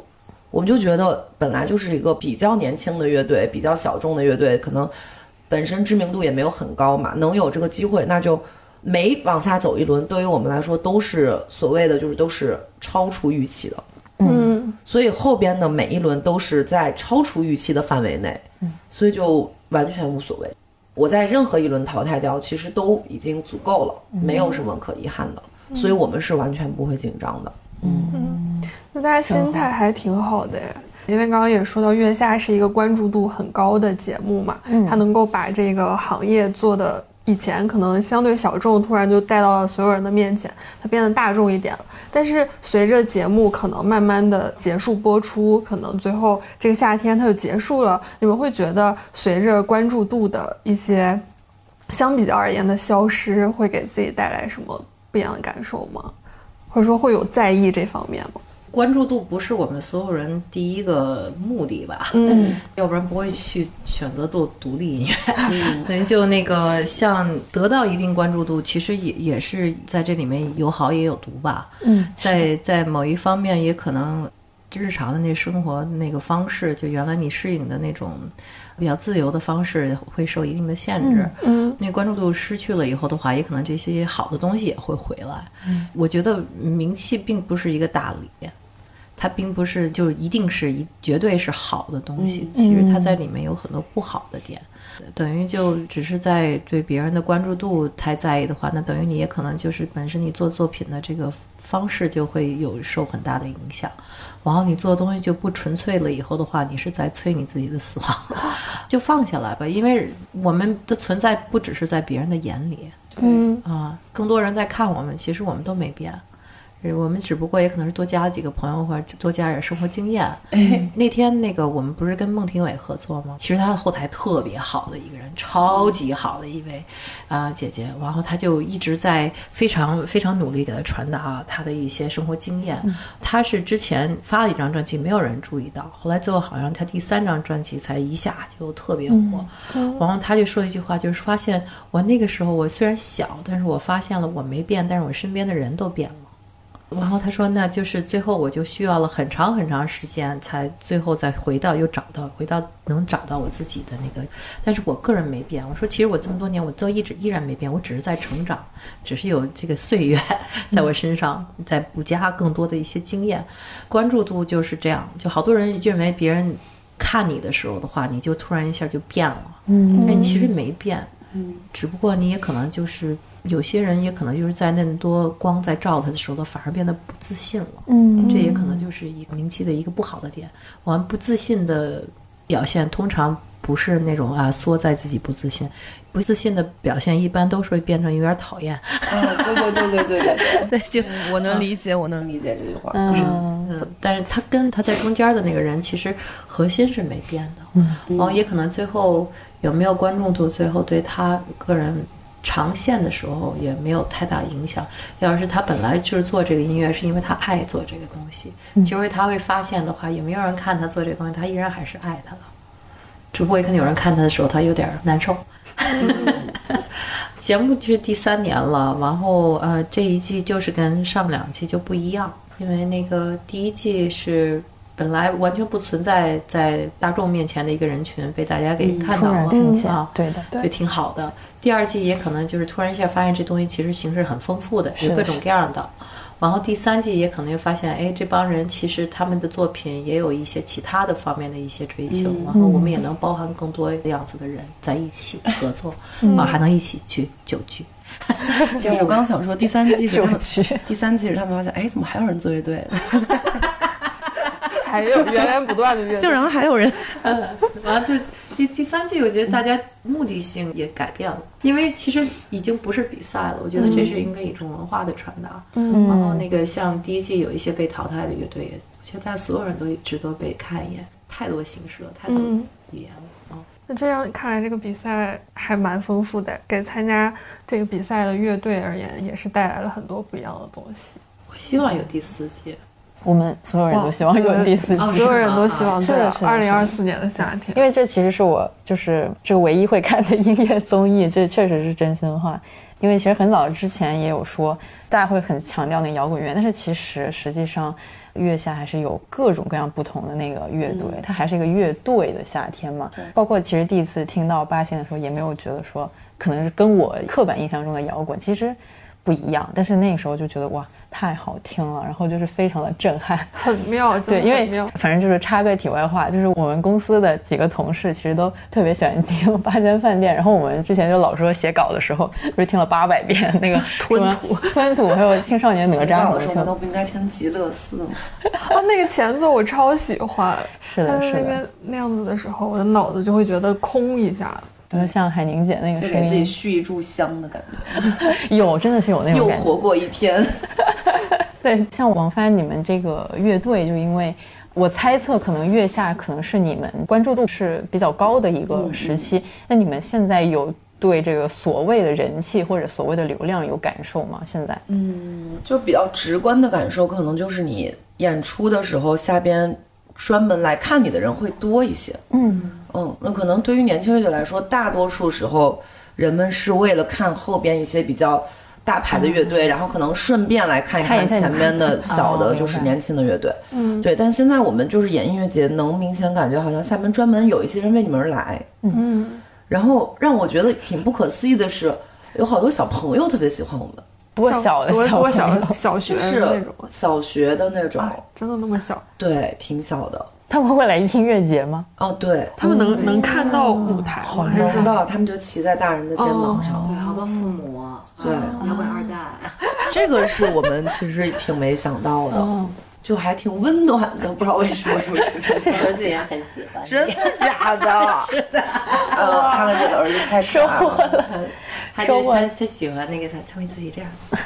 我们就觉得本来就是一个比较年轻的乐队，比较小众的乐队，可能本身知名度也没有很高嘛，能有这个机会，那就每往下走一轮，对于我们来说都是所谓的就是都是超出预期的。
嗯
所以后边的每一轮都是在超出预期的范围内，所以就完全无所谓。我在任何一轮淘汰掉，其实都已经足够了，没有什么可遗憾的，所以我们是完全不会紧张的。
那大家心态还挺好的耶。因为刚刚也说到，月下是一个关注度很高的节目嘛，
嗯
它能够把这个行业做的以前可能相对小众，突然就带到了所有人的面前，它变得大众一点了。但是随着节目可能慢慢的结束播出，可能最后这个夏天它就结束了，你们会觉得随着关注度的一些相比较而言的消失，会给自己带来什么不一样的感受吗？或者说会有在意这方面吗？
关注度不是我们所有人第一个目的吧？
嗯，
要不然不会去选择做独立音乐。 等于就那个像得到一定关注度，其实也也是在这里面有好也有毒吧。
嗯，
在在某一方面也可能日常的那生活那个方式，就原来你适应的那种比较自由的方式会受一定的限制。
嗯
那关注度失去了以后的话，也可能这些好的东西也会回来。我觉得名气并不是一个大礼，它并不是就一定是一绝对是好的东西。其实它在里面有很多不好的点，等于就只是在对别人的关注度太在意的话，那等于你也可能就是本身你做作品的这个方式就会有受很大的影响。然后你做的东西就不纯粹了，以后的话，你是在催你自己的死亡，就放下来吧，因为我们的存在不只是在别人的眼里
嗯
啊、更多人在看我们，其实我们都没变，呃我们只不过也可能是多加了几个朋友，或者多加点生活经验。那天那个我们不是跟孟庭苇合作吗？其实她的后台特别好的一个人，超级好的一位啊、姐姐，然后她就一直在非常非常努力给她传达她的一些生活经验。她是之前发了一张专辑，没有人注意到，后来最后好像她第三张专辑才一下就特别火。然后她就说一句话，就是发现我那个时候我虽然小，但是我发现了我没变，但是我身边的人都变了。然后他说，那就是最后我就需要了很长很长时间，才最后再回到又找到回到能找到我自己的那个，但是我个人没变。我说，其实我这么多年我都一直依然没变，我只是在成长，只是有这个岁月 在我身上在补加更多的一些经验，关注度就是这样。就好多人认为别人看你的时候的话，你就突然一下就变了，嗯，但其实没变，只不过你也可能就是有些人也可能就是在那么多光在照他的时候，他反而变得不自信了。嗯，这也可能就是一个名气的一个不好的点。我们不自信的表现通常不是那种啊缩在自己不自信，不自信的表现一般都是会变成有点讨厌。
嗯，对对对对对对嗯
对，就
对，我能理解，我能理解这句话。
嗯，
嗯，但是他跟他在中间的那个人，其实核心是没变的。嗯，哦，也可能最后有没有关注度，最后对他个人长线的时候也没有太大影响。要是他本来就是做这个音乐，是因为他爱做这个东西，其实他会发现的话，也没有人看他做这个东西，他依然还是爱他的。只不过也可能有人看他的时候，他有点难受。 节目就是第三年了，然后呃这一季就是跟上两季就不一样，因为那个第一季是本来完全不存在在大众面前的一个人群被大家给看
嗯突
到
然
了、
看见
啊，，
对的，
对
就挺好的。第二季也可能就是突然一下发现这东西其实形式很丰富的，有
的
各种各样的。然后第三季也可能又发现，哎，这帮人其实他们的作品也有一些其他的方面的一些追求，然后我们也能包含更多样子的人在一起合作，啊，还能一起去酒局。
就是我刚刚想说，第三季是他们
酒局
第三季是他们发现，哎，怎么还有人做乐队？
还有源源不断的乐队，
竟然还有人，
完了，就第第三季，我觉得大家目的性也改变了，因为其实已经不是比赛了，我觉得这是应该一种文化的传达。嗯，然后那个像第一季有一些被淘汰的乐队，我觉得大家所有人都值得被看一眼，太多形式了，太多
嗯
语言了。嗯
那这样看来，这个比赛还蛮丰富的，给参加这个比赛的乐队而言，也是带来了很多不一样的东西。
我希望有第四季，
我们所有人都希望有第四季
哦。
所有人都希望
是
在
的是的
二零二四年的夏天。
因为这其实是我就是这唯一会看的音乐综艺，这确实是真心话。因为其实很早之前也有说，大家会很强调那摇滚乐，但是其实实际上，月下还是有各种各样不同的那个乐队，它还是一个乐队的夏天嘛。包括其实第一次听到八仙的时候，也没有觉得说可能是跟我刻板印象中的摇滚其实不一样，但是那个时候就觉得哇太好听了，然后就是非常的震撼。
很妙，真
对，
的
因
很
为
妙
反正就是插个题外话，就是我们公司的几个同事其实都特别喜欢听《八间饭店》，然后我们之前就老说写稿的时候，不是听了八百遍那个
吞
什么吞吐，还有青少年哪吒，
我
我
说
听
那都
了。
不应该听极 乐寺吗？
哦，那个前奏我超喜欢，
是
他
的，
在
是
那
的，
边那样子的时候，我的脑子就会觉得空一下。
比如像海宁姐那个
就给
声
自己
音，
续一炷香的感觉，
有真的是有那
又
种感觉。
活过一天。
对，像王帆你们这个乐队，就因为我猜测，可能月下可能是你们关注度是比较高的一
嗯
个时期。那你们现在有对这个所谓的人气或者所谓的流量有感受吗？现在？
就比较直观的感受，可能就是你演出的时候，下边专门来看你的人会多一些。
嗯
嗯，那可能对于年轻乐队来说，大多数时候人们是为了看后边一些比较大牌的乐队，然后可能顺便来看一
看
看
一下你
前
们
面的小
哦
的，
明白
就是年轻的乐队。嗯，对。但现在我们就是演音乐节，能明显感觉好像下面专门有一些人为你们而来。
嗯，
然后让我觉得挺不可思议的是，有好多小朋友特别喜欢我们，
多小的
多
小
多
朋友
小小学
就
的嗯那
是
种，
小学的那种。
哎，真的那么小？
对，挺小的。
他们会来音乐节吗？
哦，对，
他们能能看到舞台吗？还
能
是
到他们就骑在大人的肩膀上。
对，好多父母，
对
摇
嗯
滚二代，
这个是我们其实挺没想到的，就还挺温暖的，不知道为什么。
我自己也很喜欢。
真的假的？ 是的。 呃，阿乐姐的儿子太可爱了。
他就他他喜欢那个他他会自己这样，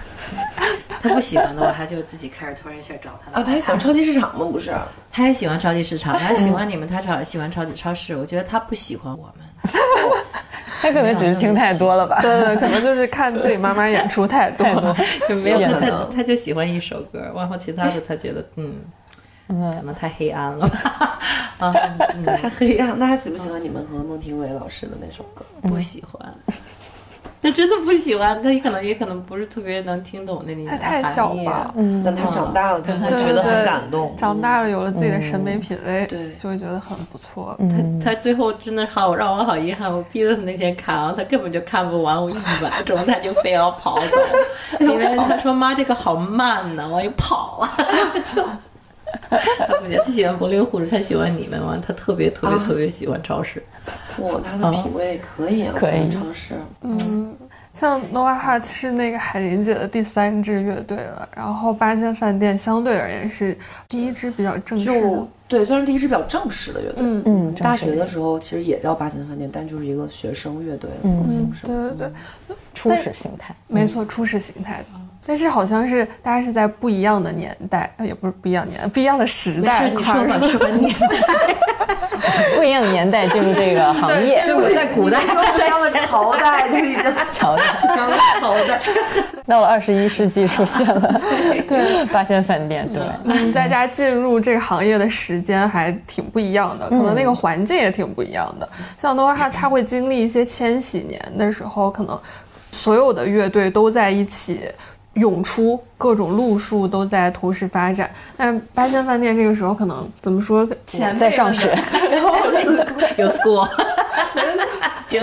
他不喜欢的话，他就自己开始突然一下找他的
啊，他还喜欢超级市场吗？不是，
他也喜欢超级市 场，他还喜欢你们，他超喜欢超级超市。我觉得他不喜欢我们，
他可能只是听太多了吧。
对对对，可能就是看自己妈妈演出太多
太多
了。
就 没有
有
他
可能
他他就喜欢一首歌，然后其他的他觉得嗯，可能太黑暗了吧， 啊，嗯，
太黑暗。那他喜不喜欢你们和孟庭苇老师的那首歌？
不喜欢。 他真的不喜欢，他也可能也可能不是特别能听懂那里面
他
的
太小
含义
吧
嗯
但他长大了，他会觉得很感动。
长大了有了自己的审美品味，
对
就会觉得很不错。
他最后真的好让我好遗憾，我逼着他那天看啊，他根本就看不完，我一 晚钟他就非要跑走， 因为他说妈这个好慢呢，我又跑 了，就。他不行，他喜欢柏林护士，他喜欢你们嘛，他特别特别特别喜欢超市。
哇，他的品味可以啊，
可以
喜欢超市。
嗯像 Nova Heart 是那个海林姐的第三支乐队了，然后八仙饭店相对而言是第一支比较正式的
就，对，虽然第一支比较正式的乐队，
嗯
嗯
大学的时候其实也叫八仙饭店，但就是一个学生乐队的那种
嗯
形，式。
对对对，
初始形态，
没错，初始形态的。但是好像是大家是在不一样的年代，呃也不是不一样年代，不一样的时
没事
代，
你说 吧，说吧你。
不一样的年代进入这个行业
就我在 古代，
他的朝代就已经
朝代。到了二十一世纪出现了，对，八仙饭店，对，
嗯，大家进入这个行业的时间还挺不一样的，可能那个环境也挺不一样的。像的话，它它会经历一些千禧年的时候，可能所有的乐队都在一起。涌出，各种路数都在同时发展。但是八仙饭店这个时候可能怎么说，
前
在上学，
然后有 school，就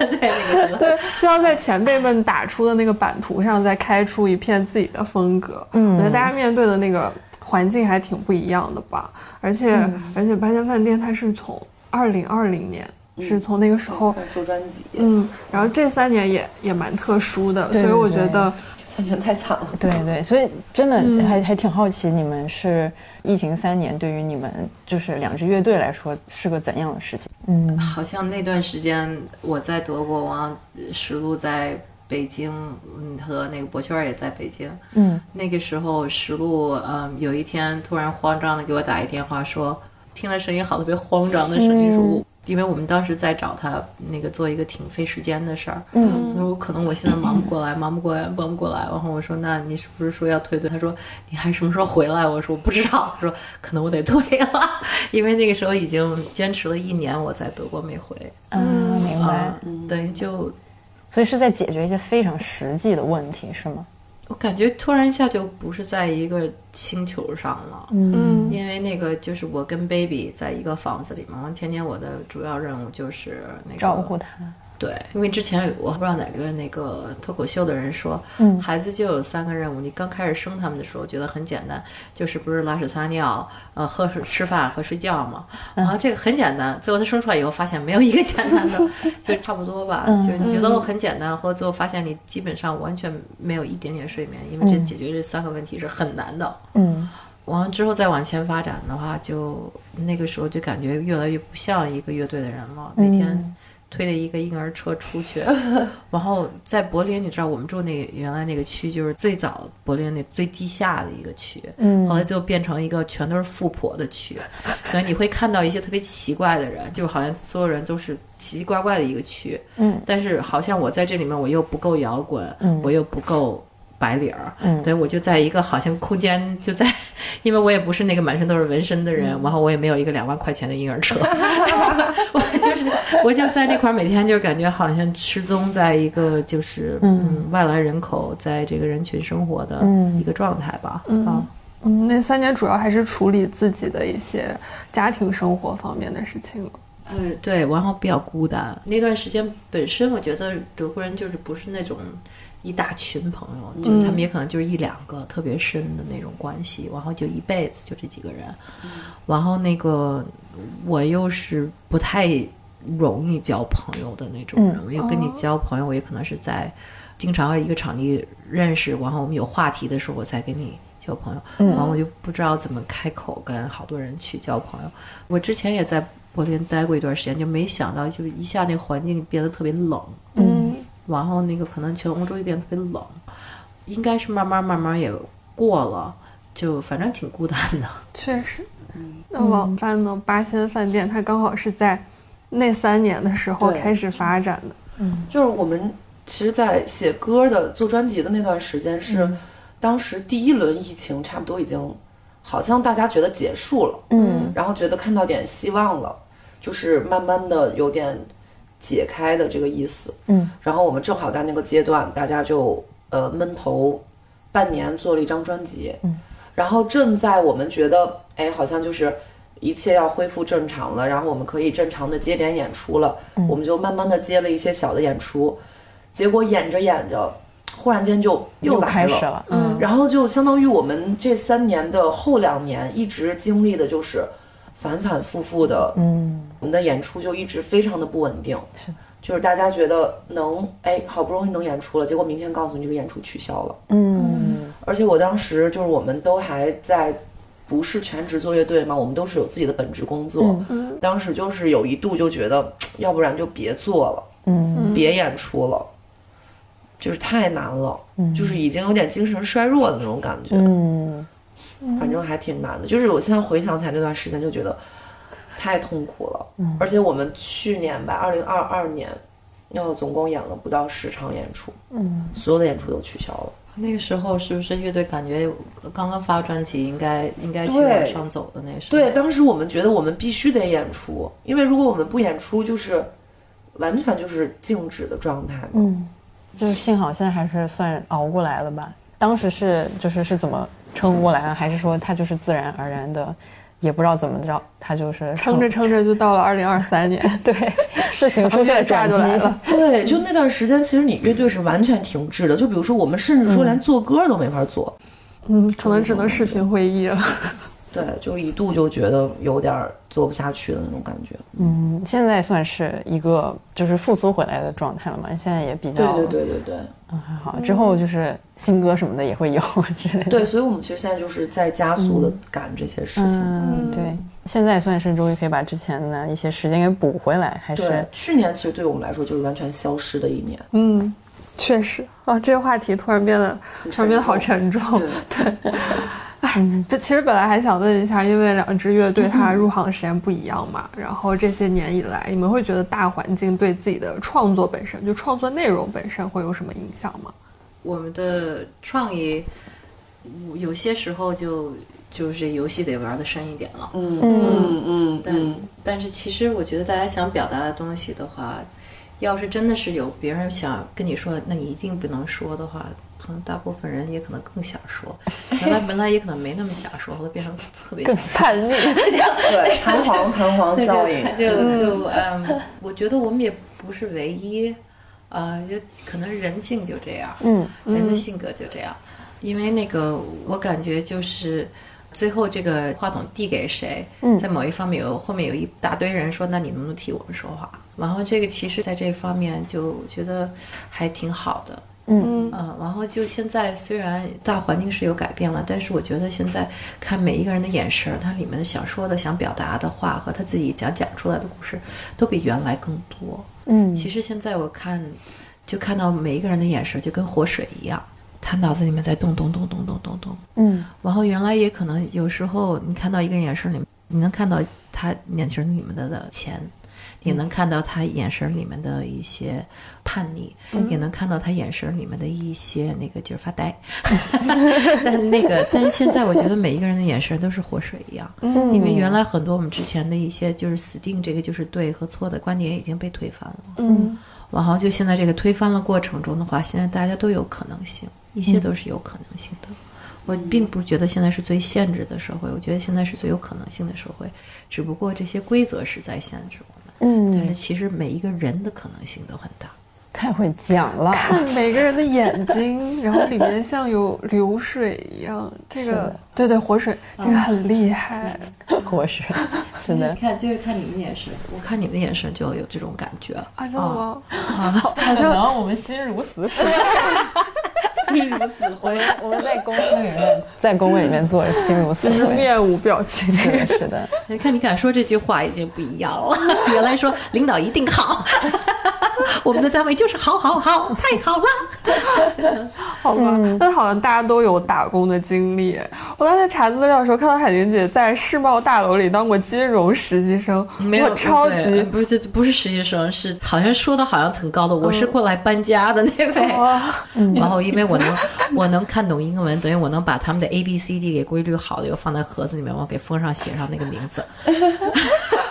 对那个
对，需要在前辈们打出的那个版图上再开出一片自己的风格。嗯，我觉得大家面对的那个环境还挺不一样的吧。而且、而且八仙饭店它是从二零二零年。是从那个时候，
做专辑，
嗯，然后这三年也也蛮特殊的，
对
所以我觉
对
得
三年太惨了。
对对，所以真的还、还挺好奇，你们是疫情三年，对于你们就是两支乐队来说是个怎样的事情？嗯，
好像那段时间我在德国，王石路在北京，嗯，和那个博圈也在北京。
嗯，
那个时候石路，嗯，有一天突然慌张的给我打一电话说，听了声音好特别慌张的声音说。因为我们当时在找他那个做一个挺费时间的事儿，嗯，他说可能我现在忙不过来，忙不过来，忙不过来。然后我说那你是不是说要退队？他说你还什么时候回来？我说我不知道，他说可能我得退了， 因为那个时候已经坚持了一年，我在德国没回。
啊，明白。
嗯，对，就
所以是在解决一些非常实际的问题，是吗？
我感觉突然一下就不是在一个星球上了，
嗯
因为那个就是我跟 baby 在一个房子里嘛，然后天天我的主要任务就是那个
照顾他，
对，因为之前有我不知道哪个那个脱口秀的人说，孩子就有三个任务。你刚开始生他们的时候觉得很简单，就是不是拉屎撒尿，呃，喝水吃饭和睡觉嘛。然后这个很简单，最后他生出来以后发现没有一个简单的，就差不多吧。就是你觉得很简单，或者最后发现你基本上完全没有一点点睡眠，因为这解决这三个问题是很难的。
嗯
完之后再往前发展的话，就那个时候就感觉越来越不像一个乐队的人了。每天推着一个婴儿车出去， 然后在柏林，你知道我们住那个原来那个区，就是最早柏林那最地下的一个区，后来就变成一个全都是富婆的区，所以你会看到一些特别奇怪的人，就好像所有人都是奇奇怪怪的一个区，
嗯，
但是好像我在这里面我又不够摇滚，我又不够。白领儿，
嗯
对我就在一个好像空间就在，因为我也不是那个满身都是纹身的人，然后我也没有一个两万块钱的婴儿车，我就是我就在那块儿每天就感觉好像失踪在一个就是嗯外来人口在这个人群生活的一个状态吧，啊，
嗯，那三年主要还是处理自己的一些家庭生活方面的事情了。
呃，对，然后比较孤单。那段时间本身，我觉得德国人就是不是那种一大群朋友，就他们也可能就是一两个特别深的那种关系，然后就一辈子就这几个人。然后那个我又是不太容易交朋友的那种人，我又跟你交朋友，我也可能是在经常在一个场地认识，然后我们有话题的时候，我才跟你。交朋友，然后我就不知道怎么开口跟好多人去交朋友。我之前也在柏林待过一段时间，就没想到就是一下那环境变得特别冷，
嗯
然后那个可能全欧洲就变得特别冷，应该是慢慢慢慢也过了，就反正挺孤单的。
确实。那
嗯
往饭呢？八仙饭店它刚好是在那三年的时候
对
开始发展的。
就是我们其实，在写歌的、做专辑的那段时间是，当时第一轮疫情差不多已经，好像大家觉得结束了，
嗯
然后觉得看到点希望了，就是慢慢的有点解开的这个意思。
嗯，
然后我们正好在那个阶段，大家就呃闷头半年做了一张专辑，嗯，然后正在我们觉得哎好像就是一切要恢复正常了，然后我们可以正常的接点演出了，
嗯
我们就慢慢的接了一些小的演出，结果演着演着，忽然间就
又
来
开始了，
嗯
然后就相当于我们这三年的后两年一直经历的就是反反复复的，
嗯，
我们的演出就一直非常的不稳定，是，就是大家觉得能哎好不容易能演出了，结果明天告诉你这个演出取消了，
嗯
而且我当时就是我们都还在不是全职做乐队嘛，我们都是有自己的本职工作，
嗯
当时就是有一度就觉得要不然就别做了。
嗯
嗯，
别演出了，就是太难了，就是已经有点精神衰弱的那种感觉，
嗯，
反正还挺难的。就是我现在回想起来那段时间，就觉得太痛苦了。而且我们去年吧，二零二二年，要总共演了不到十场演出，嗯，所有的演出都取消了。
那个时候是不是乐队感觉刚刚发专辑，应该应该去
对
往上走的那时候？
对，，当时我们觉得我们必须得演出，因为如果我们不演出，就是完全就是静止的状态嘛。
嗯，就是幸好现在还是算熬过来了吧。当时是就是是怎么撑过来的，啊还是说它就是自然而然的，也不知道怎么着，它就是
撑着撑着就到了二零二三年，
对事情出现了
然
转
后
机
就来了。
对，就那段时间，其实你乐队是完全停滞的。就比如说，我们甚至说连做歌都没法做。
嗯，可能只能视频会议了。
对，就一度就觉得有点儿做不下去的那种感觉。
嗯，现在算是一个就是复苏回来的状态了嘛，现在也比较
对对对对对。
嗯还好，之后就是新歌什么的也会有之类的。
对，所以我们其实现在就是在加速的赶这些事情。
嗯，对，现在算是终于可以把之前的一些时间给补回来，还
对
是，
去年其实对我们来说就是完全消失的一 年。
嗯，确实啊，这个话题突然变得突然变得好沉重。对， 哎，这其实本来还想问一下，因为两支乐队它入行的时间不一样嘛，然后这些年以来，你们会觉得大环境对自己的创作本身，就创作内容本身会有什么影响吗？
我们的创意，我有些时候就就是游戏得玩的深一点了。
嗯嗯嗯
但、但是其实我觉得大家想表达的东西的话，要是真的是有别人想跟你说，那你一定不能说的话，可能大部分人也可能更想说，原来本来也可能没那么想说，后来变成特别想说。
叛逆。
对，弹簧弹簧效应。
就就嗯，我觉得我们也不是唯一，啊，就可能人性就这样，嗯，人的性格就这样，因为那个我感觉就是。最后这个话筒递给谁，在某一方面有后面有一大堆人说，那你能不能替我们说话？然后这个其实在这方面就觉得还挺好的，
嗯
嗯，然后就现在虽然大环境是有改变了，但是我觉得现在看每一个人的眼神儿，他里面想说的、想表达的话和他自己想讲出来的故事，都比原来更多。
嗯，
其实现在我看，就看到每一个人的眼神儿就跟活水一样，他脑子里面在动动动动动动动。
嗯，
然后原来也可能有时候你看到一个眼神里面，你能看到他眼神里面的的钱，
嗯
也能看到他眼神里面的一些叛逆，也能看到他眼神里面的一些那个就是发呆。但是那个，但是现在我觉得每一个人的眼神都是活水一样，因为原来很多我们之前的一些就是死定这个就是对和错的观点已经被推翻了。
嗯
然后就现在这个推翻的过程中的话，现在大家都有可能性，一切都是有可能性的。我并不觉得现在是最限制的社会，我觉得现在是最有可能性的社会，只不过这些规则是在限制我们，但
嗯
是，其实每一个人的可能性都很大。
太会讲了。
看每个人的眼睛，然后里面像有流水一样，这个对对活水，这个很厉害。
活水，是的，
看就是看你们眼神，我看你们的眼神就有这种感觉。
啊，真的吗？
好像我们心如死水，
心如死灰，嗯
我们在公司里面，在工位里面坐着心如死
就是
灰。
面无表情。
是的，是的，
你看你敢说这句话已经不一样了。 原来说领导一定好， 我们的单位就是好好好，太好了。
好吧，
嗯
但好像大家都有打工的经历。我当时查资料的时候，看到海宁姐在世贸大楼里当过金融实习生，
没有
我超
对
级
不是这不是实习生，是好像说的好像挺高的，我是
嗯
过来搬家的那位。
哇，
然
嗯
后因为我能我能看懂英文，等于我能把他们的 A B C D 给规律好的，又放在盒子里面，我给封上写上那个名字。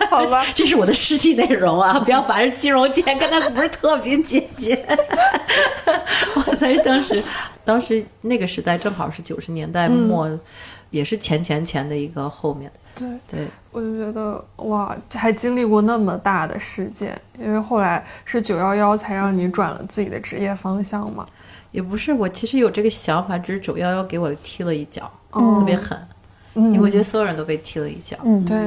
好吧，
这是我的实习内容 啊！不要把人金融界跟他不是特别姐姐。 我在当时，当时那个时代正好是九十年代末，也是前前前的一个后面。
对。
对，
我就觉得哇，还经历过那么大的事件，因为后来是九幺幺才让你转了自己的职业方向嘛。
也不是我其实有这个想法，只是九幺幺给我踢了一脚，
嗯
特别狠。
嗯，
因为我觉得所有人都被踢了一脚。
嗯
对，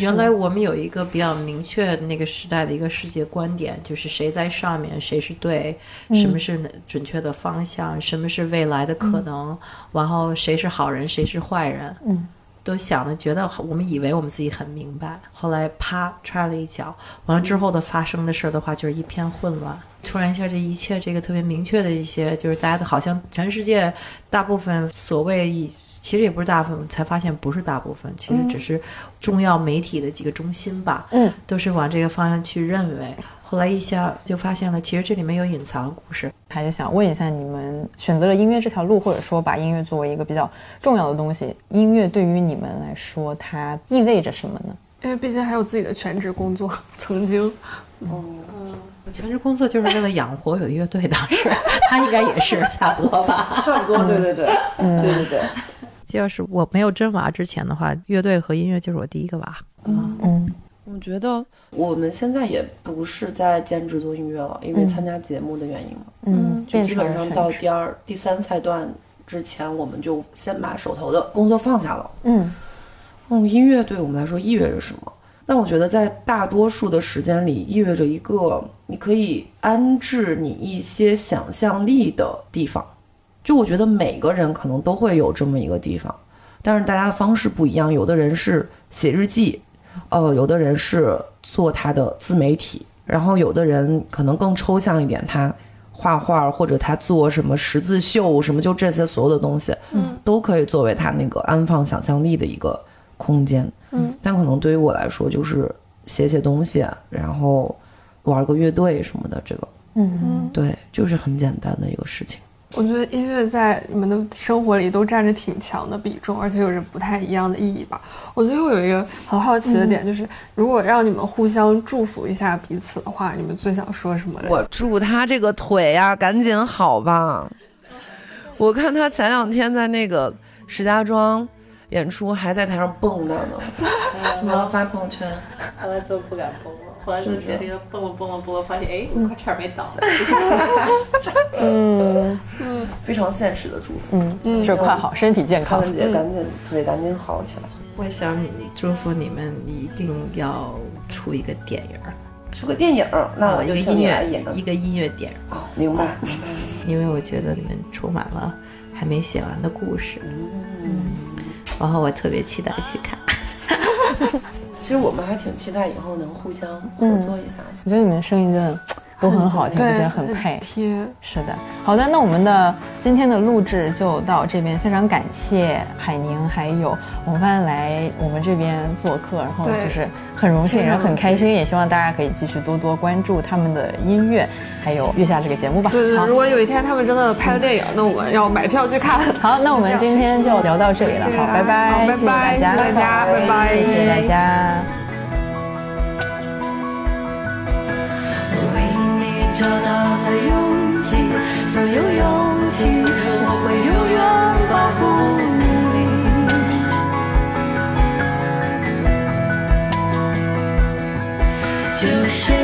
原来我们有一个比较明确那个时代的一个世界观点，就是谁在上面，谁是对，什么是准确的方向，什么是未来的可能，然后谁是好人，谁是坏人，
嗯，
都想的觉得我们以为我们自己很明白，后来啪踹了一脚，完了之后的发生的事儿的话，就是一片混乱。突然一下，这一切这个特别明确的一些，就是大家都好像全世界大部分所谓以其实也不是大部分，才发现不是大部分，其实只是重要媒体的几个中心吧，
嗯，
都是往这个方向去认为。后来一下就发现了，其实这里面有隐藏的故事。
还是想问一下，你们选择了音乐这条路，或者说把音乐作为一个比较重要的东西，音乐对于你们来说，它意味着什么呢？
因为毕竟还有自己的全职工作，曾经，
我全职工作就是为了养活有乐队，当时他应该也是差不多吧。
差不多，对对对，对对对。
要是我没有真娃啊之前的话，乐队和音乐就是我第一个娃。
我觉得我们现在也不是在兼职做音乐了，因为参加节目的原因嘛，
嗯，
就
变
基
成
本
了
上
全
到
职
第二、第三赛段之前，我们就先把手头的工作放下了。
嗯
嗯，音乐对我们来说意味着什么？但我觉得在大多数的时间里，意味着一个你可以安置你一些想象力的地方。就我觉得每个人可能都会有这么一个地方，但是大家的方式不一样。有的人是写日记，呃，有的人是做他的自媒体，然后有的人可能更抽象一点，他画画或者他做什么十字绣什么，就这些所有的东西，嗯，都可以作为他那个安放想象力的一个空间，
嗯，
但可能对于我来说就是写写东西，然后玩个乐队什么的，这个
嗯
嗯，
对，就是很简单的一个事情。
我觉得音乐在你们的生活里都占着挺强的比重，而且有着不太一样的意义吧。我最后有一个很好奇的
嗯
点，就是、如果让你们互相祝福一下彼此的话，你们最想说什么？
我祝他这个腿呀、赶紧好吧！我看他前两天在那个石家庄演出，还在台上蹦跶呢，完了发朋友圈。
后来就不敢蹦了，后来就决定蹦了蹦了蹦了，发现哎，我快差点没倒。
非常现实的祝福。
嗯，就是快好，身体健康。
康文姐，赶紧腿赶紧好起来。
我想祝福你们一定要出一个电影儿，呃
出哦个电影儿，那我
一
就
个
请
音
你来
乐
演。
一个音乐电影儿，
哦，明白。
因为我觉得里面充满了还没写完的故事。然后我特别期待去看。
其实我们还挺期待以后能互相合作一下。
我觉得你们的声音真的都很好听，而
对，
且很配。
贴。
是的，好的，那我们的今天的录制就到这边，非常感谢海宁还有王帆来我们这边做客，然后
对
就是很荣幸，
非常
然后很开心，也希望大家可以继续多多关注他们的音乐，还有月下这个节目吧。
对对
好
对，如果有一天他们真的拍了电影，那我们要买票去看。
好，那我们今天就聊到这里了，好，拜拜，
好拜
谢谢大
拜，谢
家，
谢大家，拜拜，
谢谢大家。
为你找到了勇气，所有勇气，我会永远保护你。就是